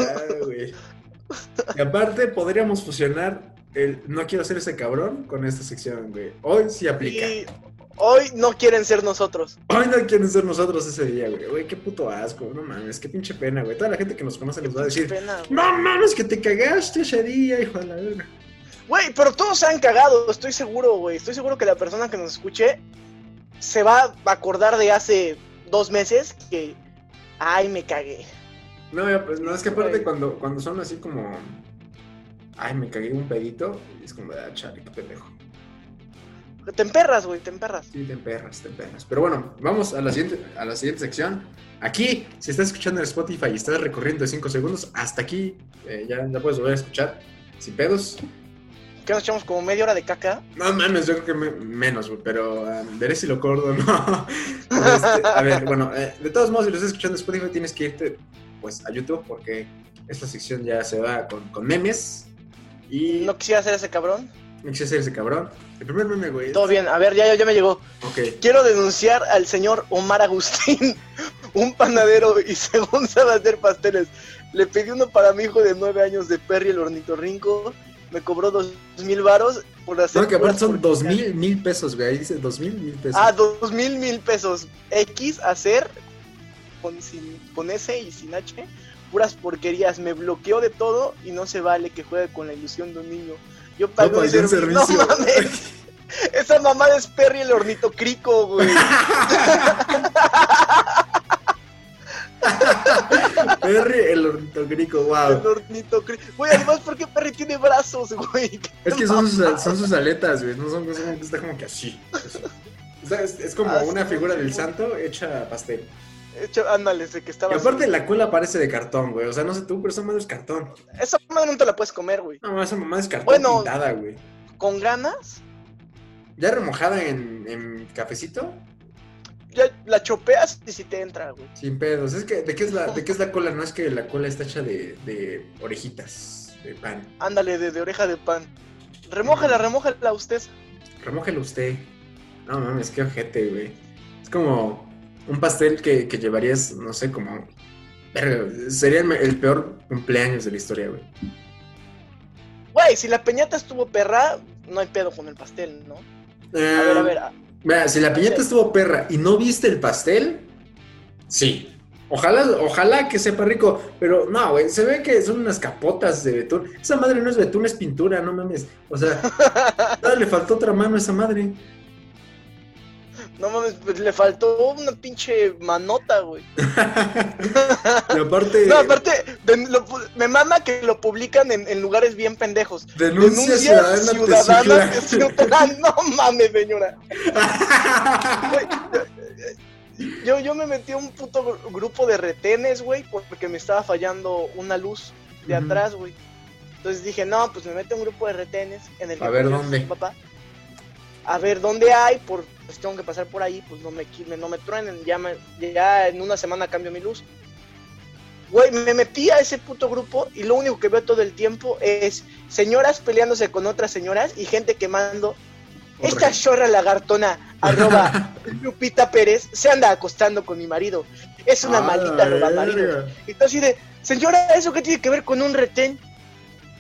A: güey. Y aparte podríamos fusionar el no quiero ser ese cabrón con esta sección, güey. Hoy sí aplica.
B: Y hoy no quieren ser nosotros.
A: Hoy no quieren ser nosotros ese día, güey. Güey, qué puto asco. No mames, qué pinche pena, güey. Toda la gente que nos conoce les va a
B: Qué
A: decir,
B: pena, güey.
A: no mames, que te cagaste ese día, hijo de la verga.
B: Güey, pero todos se han cagado, estoy seguro, güey. Estoy seguro que la persona que nos escuche se va a acordar de hace dos meses que. Ay, me cagué.
A: No, güey, pues no, es que aparte
B: Güey.
A: cuando, cuando son así como, ay, me cagué un pedito, es como, ah, chale, qué pendejo.
B: Te emperras, güey, te emperras.
A: Sí, te emperras, te emperras. Pero bueno, vamos a la siguiente, a la siguiente sección. Aquí, si estás escuchando en Spotify y estás recorriendo de 5 segundos, hasta aquí eh, ya, ya puedes volver a escuchar sin pedos.
B: ¿Qué nos echamos como media hora de caca?
A: No mames, yo creo que me- menos, güey, pero um, veré si lo cordo no. <laughs> Este, a ver, bueno, eh, de todos modos, si lo estás escuchando en Spotify, tienes que irte pues a YouTube porque esta sección ya se va con, con memes. Y
B: No
A: no
B: quisiera ser ese cabrón.
A: quise ser ese cabrón. El primer meme, güey. es-
B: Todo bien, a ver, ya, ya, ya me llegó.
A: Ok.
B: Quiero denunciar al señor Omar Agustín, <laughs> un panadero y según sabe hacer pasteles. Le pedí uno para mi hijo de nueve años de Perry el ornitorrinco me cobró dos mil varos por hacer.
A: No, que aparte
B: puras
A: son dos mil,
B: porquerías.
A: mil pesos, güey. Ahí dice dos mil, mil pesos.
B: Ah, dos mil, mil pesos. X hacer con, sin, con S y sin H, puras porquerías. Me bloqueó de todo y no se vale que juegue con la ilusión de un niño. Yo pagué
A: pagué
B: un
A: un
B: servicio. <laughs>
A: servicio.
B: No mames.
A: <laughs>
B: Esa mamada es Perry el hornito
A: <laughs>
B: crico, güey.
A: Perry, el ornitogrico, wow.
B: El hornito crico. Güey, además, ¿por qué Perry tiene brazos, güey? <laughs>
A: Es que son sus, son sus aletas, güey. No son, no son- está como que así. así. O sea, Es, es como
B: Ah, sí,
A: una
B: sí,
A: figura
B: sí. Ah,
A: del santo hecha pastel.
B: Hecho, ándale, sé que
A: Y
B: estaba.
A: aparte la cola parece de cartón, güey. O sea, no sé tú, pero esa madre es cartón.
B: Esa madre no te la puedes comer, güey.
A: No, esa mamá es cartón
B: Bueno.
A: pintada, güey.
B: Con ganas,
A: Ya remojada en, en cafecito,
B: ya la chopeas y si te entra, güey.
A: sin pedos. Es que, ¿de qué es la, de qué es la cola? No es que la cola está hecha de, de orejitas, de pan.
B: Ándale, de, de oreja de pan. Remójala, remójala usted.
A: Remójelo usted. No mames, qué ojete, güey. Es como un pastel que, que llevarías, no sé, como. Verga, sería el, me- el peor cumpleaños de la historia, güey.
B: Güey, si la piñata estuvo perra, no hay pedo con el pastel, ¿no? A ver, a ver. a-
A: Mira, Eh, si la piñata estuvo perra y no viste el pastel, sí. Ojalá, ojalá que sepa rico, pero no, güey, se ve que son unas capotas de betún. Esa madre no es betún, es pintura, no mames. O
B: <laughs>
A: sea, nada, le faltó otra mano a esa madre.
B: No mames, pues le faltó una pinche manota, güey.
A: Y aparte,
B: No, aparte, de- lo pu- me mama que lo publican en, en lugares bien pendejos.
A: denuncia,
B: Denuncia
A: ciudadana, te
B: ciudadana que
A: sigla.
B: ciudadana- No mames, señora. Güey, yo, yo me metí a un puto gru- grupo de retenes, güey, porque me estaba fallando una luz <laughs> de
A: Ujú.
B: atrás, güey. Entonces dije, no, pues me meto a un grupo de retenes en el que
A: A ver
B: pues,
A: dónde.
B: papá. A ver dónde hay, por, pues tengo que pasar por ahí, pues no me, qui- no me truenen, ya, me- ya en una semana cambio mi luz. Güey, me metí a ese puto grupo y lo único que veo todo el tiempo es señoras peleándose con otras señoras y gente quemando.
A: Otra
B: Esta
A: gente.
B: chorra lagartona,
A: <laughs>
B: arroba Lupita Pérez, se anda acostando con mi marido. Es una
A: Ah,
B: maldita roba marido.
A: verga.
B: Y tú así de, señora, ¿eso qué tiene que ver con un retén?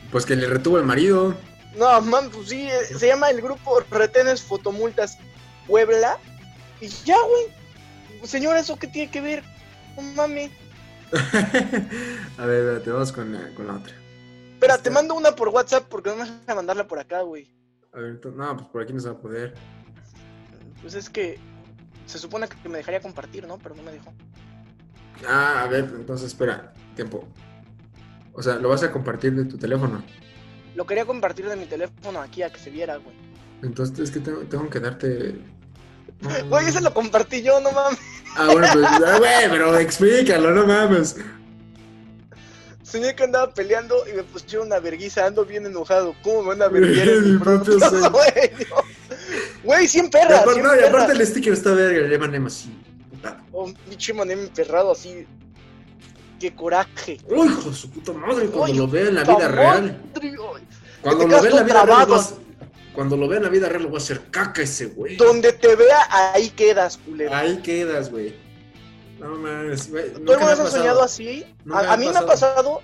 A: Pues que le retuvo el marido. <laughs>
B: No, man, pues sí, eh, se llama el grupo Retenes Fotomultas Puebla. Y ya, güey. Señora, ¿eso qué tiene que ver? No mames.
A: a ver, espérate, vamos con la, con la otra.
B: Espera,
A: Este-
B: te mando una por WhatsApp porque no me vas a mandarla por acá, güey.
A: A ver, to- no, pues por aquí no se va a poder.
B: Pues es que se supone que me dejaría compartir, ¿no? Pero no me dejó.
A: Ah, a ver, entonces espera, tiempo. O sea, lo vas a compartir de tu teléfono.
B: Lo quería compartir de mi teléfono aquí a que se viera, güey.
A: Entonces es que tengo, tengo que darte. No.
B: Güey, ese lo compartí yo, no mames.
A: Ah, bueno, pues, ah, güey, pero explícalo, no mames.
B: Soñé que andaba peleando y me pusieron una verguiza, ando bien enojado. ¿Cómo me van a verguiar en mi
A: <laughs> Mi propio
B: propio <laughs>
A: sueño.
B: sueño? Güey, 100
A: Y
B: perras,
A: aparte,
B: 100
A: no, y aparte
B: perras.
A: el sticker está verga, le llaman Emma así. puta.
B: Oh, pinche manem emperrado así. Qué coraje.
A: Uy, hijo de su puta madre, cuando
B: Uy,
A: lo vea en la
B: tu
A: vida
B: amor.
A: real. Cuando
B: te
A: lo vea en la
B: quedas
A: vida real,
B: trabado.
A: lo vas- cuando lo vea en la vida real, lo voy a hacer caca ese güey.
B: Donde te vea, ahí quedas, culero.
A: Ahí quedas, güey. No mames, güey.
B: ¿Tú
A: nunca me
B: alguna
A: ha
B: vez has
A: pasado.
B: soñado así?
A: Nunca me
B: A, a
A: ha
B: mí me ha pasado.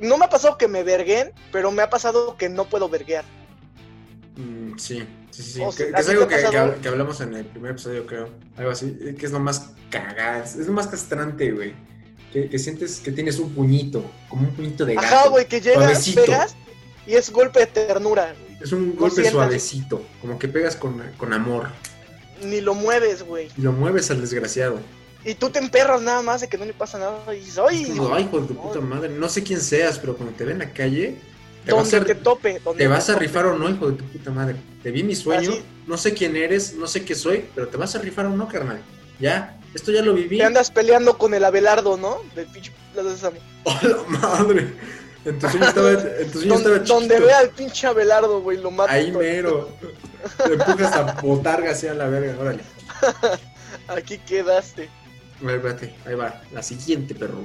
B: No me ha pasado que me verguen, pero me ha pasado que no puedo verguear.
A: Mm, sí, sí, sí. sí.
B: O
A: que,
B: sea,
A: que
B: Oh, ¿a
A: es
B: ti
A: algo
B: te
A: que,
B: ha
A: que
B: pasado?
A: habl- que hablamos en el primer episodio, creo. Algo así. eh, Que es lo más cagaz. Es lo más castrante, güey. Que, que sientes que tienes un puñito, como un puñito de gato.
B: Ajá, güey, que llegas,
A: Suavecito.
B: pegas y es golpe de ternura. güey.
A: Es un golpe
B: sientes.
A: suavecito, como que pegas con, con amor
B: Ni lo mueves, güey.
A: y lo mueves al desgraciado.
B: Y tú te emperras nada más de que no le pasa nada y dices,
A: Es
B: ¡ay!
A: como, ay, hijo de tu puta madre, no sé quién seas, pero cuando te ve en la calle, te vas,
B: donde
A: a,
B: te tope, donde
A: te vas a
B: tope.
A: rifar o no, hijo de tu puta madre. Te vi mi sueño,
B: Así.
A: no sé quién eres, no sé qué soy, pero te vas a rifar o no, carnal. Ya, esto ya lo viví.
B: Te andas peleando con el Abelardo, ¿no? Del pinche Plaza Sésamo.
A: <laughs> ¡Hola madre! En tu sueño estaba, en tu sueño
B: Donde,
A: estaba chiquito.
B: donde vea al pinche Abelardo, güey, lo mata.
A: Ahí mero. Te empujas a botarga así a la verga, órale.
B: Aquí quedaste.
A: A ver, espérate, ahí va. La siguiente, perro.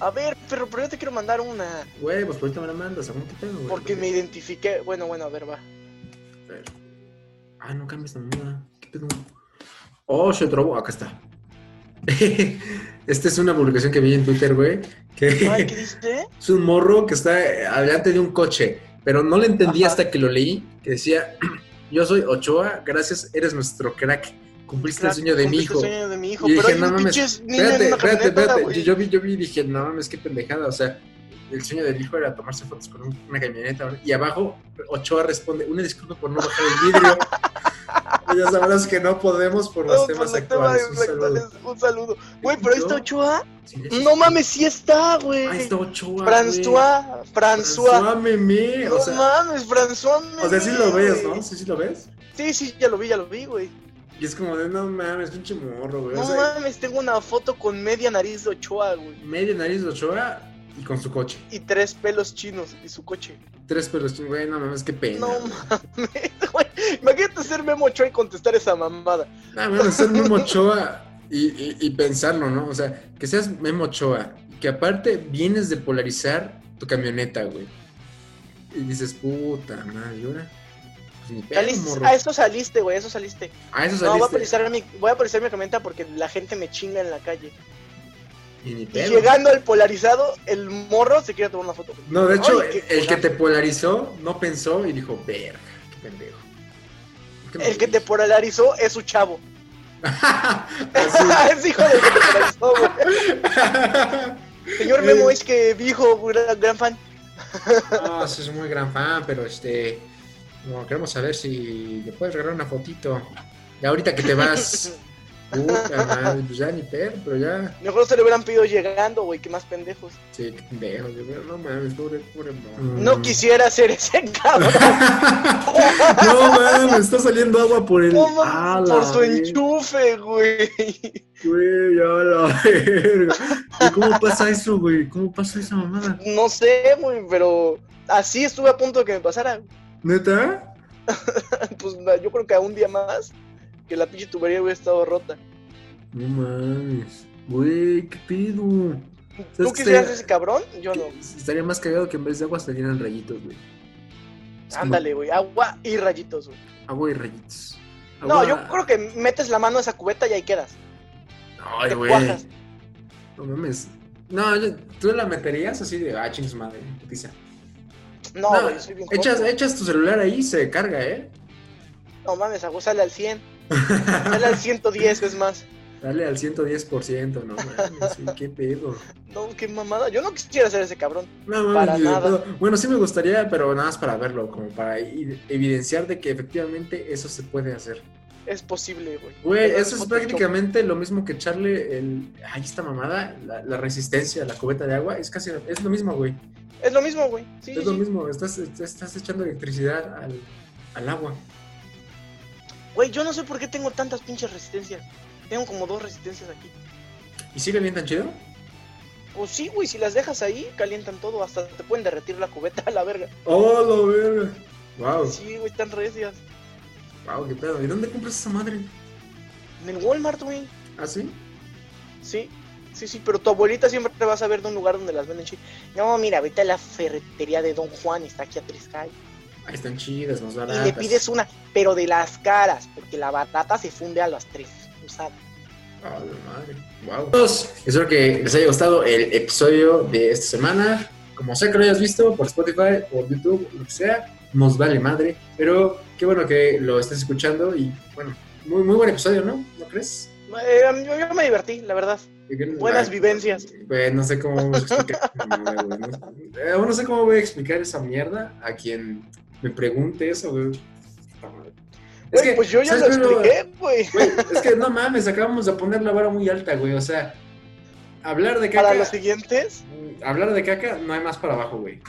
B: A ver, pero, pero yo te quiero mandar una.
A: Güey, pues ahorita me la mandas, aguanta pedo, güey.
B: Porque me identifiqué. Bueno, bueno, a ver, va.
A: A ver. Ah, no cambies la mía. ¿Qué pedo? Oh, se trabó. Acá está. <laughs> Esta es una publicación que vi en Twitter, güey. Que <laughs>
B: Ay, ¿qué dices?
A: es un morro que está eh, adelante de un coche. pero no le entendí Ajá. hasta que lo leí, que decía, <clears throat> yo soy Ochoa, gracias, eres nuestro crack. Cumpliste crack, Este el sueño de mi hijo.
B: Este El sueño de mi hijo
A: y pero dije, no mames, espérate, espérate, espérate. Yo, vi, yo vi y dije, no mames, qué pendejada. O sea, el sueño del hijo era tomarse fotos con una camioneta. Y abajo, Ochoa responde, una disculpa por no bajar el vidrio. <laughs> y ya sabrás que no podemos por los no,
B: pues,
A: temas por actuales. Tema un, saludo.
B: un saludo. Güey, pero ¿está Ochoa? Sí, sí, no sí. mames, sí está, güey.
A: Ah, está Ochoa.
B: François, François.
A: François Memé.
B: No o sea, mames, François Memé.
A: O sea, sí lo ves, ¿no? Sí, sí lo ves.
B: Sí, sí, ya lo vi, ya lo vi, güey.
A: Y es como de, no mames, pinche morro, güey.
B: No
A: o sea,
B: mames, tengo una foto con media nariz de Ochoa, güey.
A: Media nariz de Ochoa, y con su coche.
B: Y tres pelos chinos y su coche.
A: Tres pelos chinos, güey, no mames, qué pena.
B: No mames, güey. Imagínate ser Memo Ochoa y contestar esa mamada.
A: No mames, ser Memo Ochoa y, y, y, pensarlo, ¿no? O sea, que seas Memo Ochoa y que aparte vienes de polarizar tu camioneta, güey. Y dices, puta madre, ¿y ahora?
B: Pues a eso saliste, güey, a eso saliste.
A: A eso saliste. No,
B: voy a polarizar mi, voy a polarizar mi camioneta porque la gente me chinga en la calle.
A: Y,
B: y llegando al polarizado, el morro se quiere tomar una foto.
A: No, de hecho, el polarizado. que te polarizó no pensó y dijo, verga, qué pendejo.
B: ¿Qué
A: <laughs>
B: el que te polarizó es su chavo.
A: Ah,
B: <laughs> es hijo del que te polarizó, <laughs>
A: <laughs>
B: güey. Señor Memo, es que dijo, gran, gran fan.
A: no, sí, es muy gran fan, pero este. No, queremos saber si le puedes regalar una fotito. Ya ahorita que te
B: <laughs>
A: vas. Puta madre, pues ya ni per, pero ya.
B: Mejor se le hubieran pedido llegando, güey, que más pendejos.
A: Sí, qué pendejos, no mames, pobre, pobre
B: morro.
A: Mm.
B: No quisiera ser ese <laughs>
A: <laughs>
B: cabrón.
A: no mames, está saliendo agua por el.
B: No, ala, por su güey. enchufe, güey.
A: Güey, ya la verga. ¿Cómo pasa eso, güey? ¿Cómo pasa esa mamada?
B: No sé, güey, pero así estuve a punto de que me pasara. <laughs>
A: ¿Neta?
B: pues yo creo que a un día más que la pinche tubería hubiera estado rota.
A: No mames, güey, qué pedo.
B: ¿Tú quisieras ese cabrón? Yo no.
A: Estaría más cagado que en vez de agua salieran rayitos, güey.
B: Ándale, güey, agua y rayitos, güey.
A: Agua y rayitos.
B: Agua... No, yo creo que metes la mano a esa cubeta y ahí quedas.
A: Ay, güey. No mames. No, yo, tú la meterías así de, ah, chingos madre, putiza.
B: No, güey, no, soy bien
A: echas, joven. echas tu celular ahí y se carga, ¿eh?
B: No mames, agua sale
A: <laughs>
B: al 100. Dale al 110, es más.
A: Dale al 110%, no mames, qué pedo.
B: No, qué mamada. Yo no quisiera ser ese cabrón.
A: No mames, para nada. No. Bueno, sí me gustaría, pero nada más para verlo, como para evidenciar de que efectivamente eso se puede hacer.
B: Es posible, güey.
A: Güey, eso es, es prácticamente lo mismo que echarle el. Ahí está mamada, la, la, resistencia, la cubeta de agua. Es casi. Es lo mismo, güey.
B: Es lo mismo, güey. Sí,
A: es lo mismo. Estás, estás echando electricidad al, al agua.
B: Güey, yo no sé por qué tengo tantas pinches resistencias. Tengo como dos resistencias aquí.
A: ¿Y si calientan chido?
B: Pues sí, güey, si las dejas ahí, calientan todo, hasta te pueden derretir la cubeta <laughs> a la verga.
A: ¡Oh, la verga! ¡Wow!
B: Sí, güey, están recias.
A: ¡Wow, qué pedo! ¿Y dónde compras esa madre?
B: En el Walmart, güey.
A: ¿Ah, sí?
B: Sí, sí, sí, pero tu abuelita siempre te vas a ver de un lugar donde las venden chidas. No, mira, vete a la ferretería de Don Juan, está aquí a tres calles.
A: Ahí están chidas, más
B: baratas. Y le pides una, pero de las caras, porque la batata se funde a las tres, usada.
A: Oh, madre. Wow. Espero que les haya gustado el episodio de esta semana. Como sea que lo hayas visto por Spotify, por YouTube, lo que sea, nos vale madre. Pero qué bueno que lo estés escuchando y bueno, muy, muy buen episodio, ¿no? ¿No crees?
B: Eh, yo, yo, me divertí, la verdad. Buenas Ay, vivencias.
A: Pues no sé cómo vamos a explicar. <laughs> no, no, Eh, no, no sé cómo voy a explicar esa mierda a quien me pregunte eso, güey.
B: Es wey, que, pues yo ya lo expliqué, güey.
A: Es que no mames, acabamos de poner la vara muy alta, güey. O sea, hablar de caca. mm,
B: ¿Para los siguientes?
A: Hablar de caca no hay más para abajo, güey.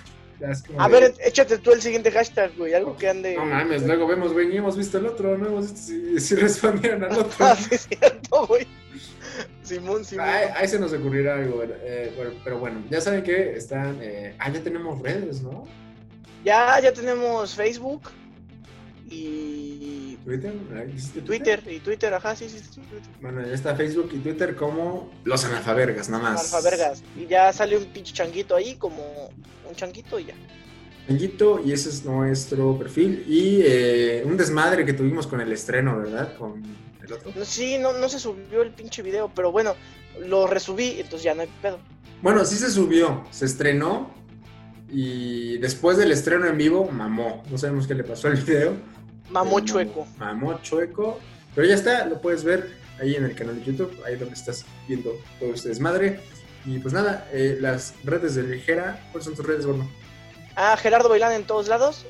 B: A de... ver, este, échate tú el siguiente hashtag, güey. Algo que ande.
A: No mames, luego vemos, güey. Ni hemos visto el otro, no hemos visto si, si respondieron al
B: <laughs>
A: otro. ah,
B: sí, es cierto, güey. Simón, Simón.
A: Ahí, ahí, se nos ocurrirá algo, güey. Eh, bueno, pero bueno, ya saben que están. Eh... ah, ya tenemos redes, ¿no?
B: Ya, ya tenemos Facebook y.
A: ¿Twitter?
B: Twitter? Twitter y Twitter, ajá, sí, sí, sí, Twitter.
A: Bueno, ya está Facebook y Twitter como los analfabergas, nada más.
B: Analfabergas. Y ya sale un pinche changuito ahí, como un changuito y ya.
A: Changuito, y ese es nuestro perfil. Y eh, un desmadre que tuvimos con el estreno, ¿verdad? Con el otro.
B: Sí, no, no se subió el pinche video, pero bueno, lo resubí, entonces ya no hay pedo.
A: Bueno, sí se subió, se estrenó, Y después del estreno en vivo, mamó. No sabemos qué le pasó al video.
B: Mamó
A: pero
B: chueco.
A: Mamó, mamó chueco. Pero ya está, lo puedes ver ahí en el canal de YouTube, ahí donde estás viendo todo este desmadre. Y pues nada, eh, las redes de Ligera, ¿cuáles son tus redes, Gordo?
B: Ah, Gerardo Bailán en todos lados.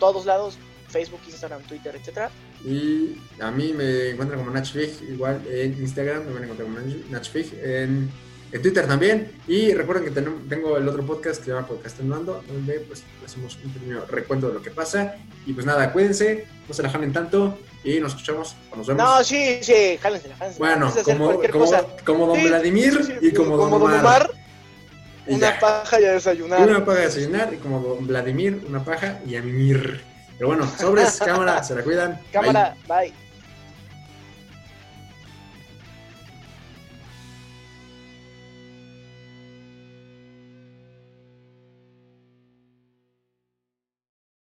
B: Todos lados. Facebook, Instagram, Twitter, etcétera.
A: Y a mí me encuentran como Nachfig, igual en Instagram me van a encontrar como Nachfig, en, en Twitter también. Y recuerden que ten- tengo el otro podcast que se llama Podcast Ando, donde pues hacemos un pequeño recuento de lo que pasa. Y pues nada, cuídense, no se la jalen tanto y nos escuchamos o nos vemos.
B: No, sí, sí, jálensela, jálensela.
A: bueno,
B: Puedes hacer
A: como,
B: cualquier
A: como,
B: cosa.
A: como Don
B: Sí,
A: Vladimir
B: sí,
A: y como, Don Omar. Y
B: una
A: ya.
B: paja y a desayunar.
A: Una paja de desayunar y como Don
B: <laughs>
A: Vladimir, una paja y a mimir. Pero bueno, sobres, cámara, se la cuidan. Bye.
B: Cámara, bye.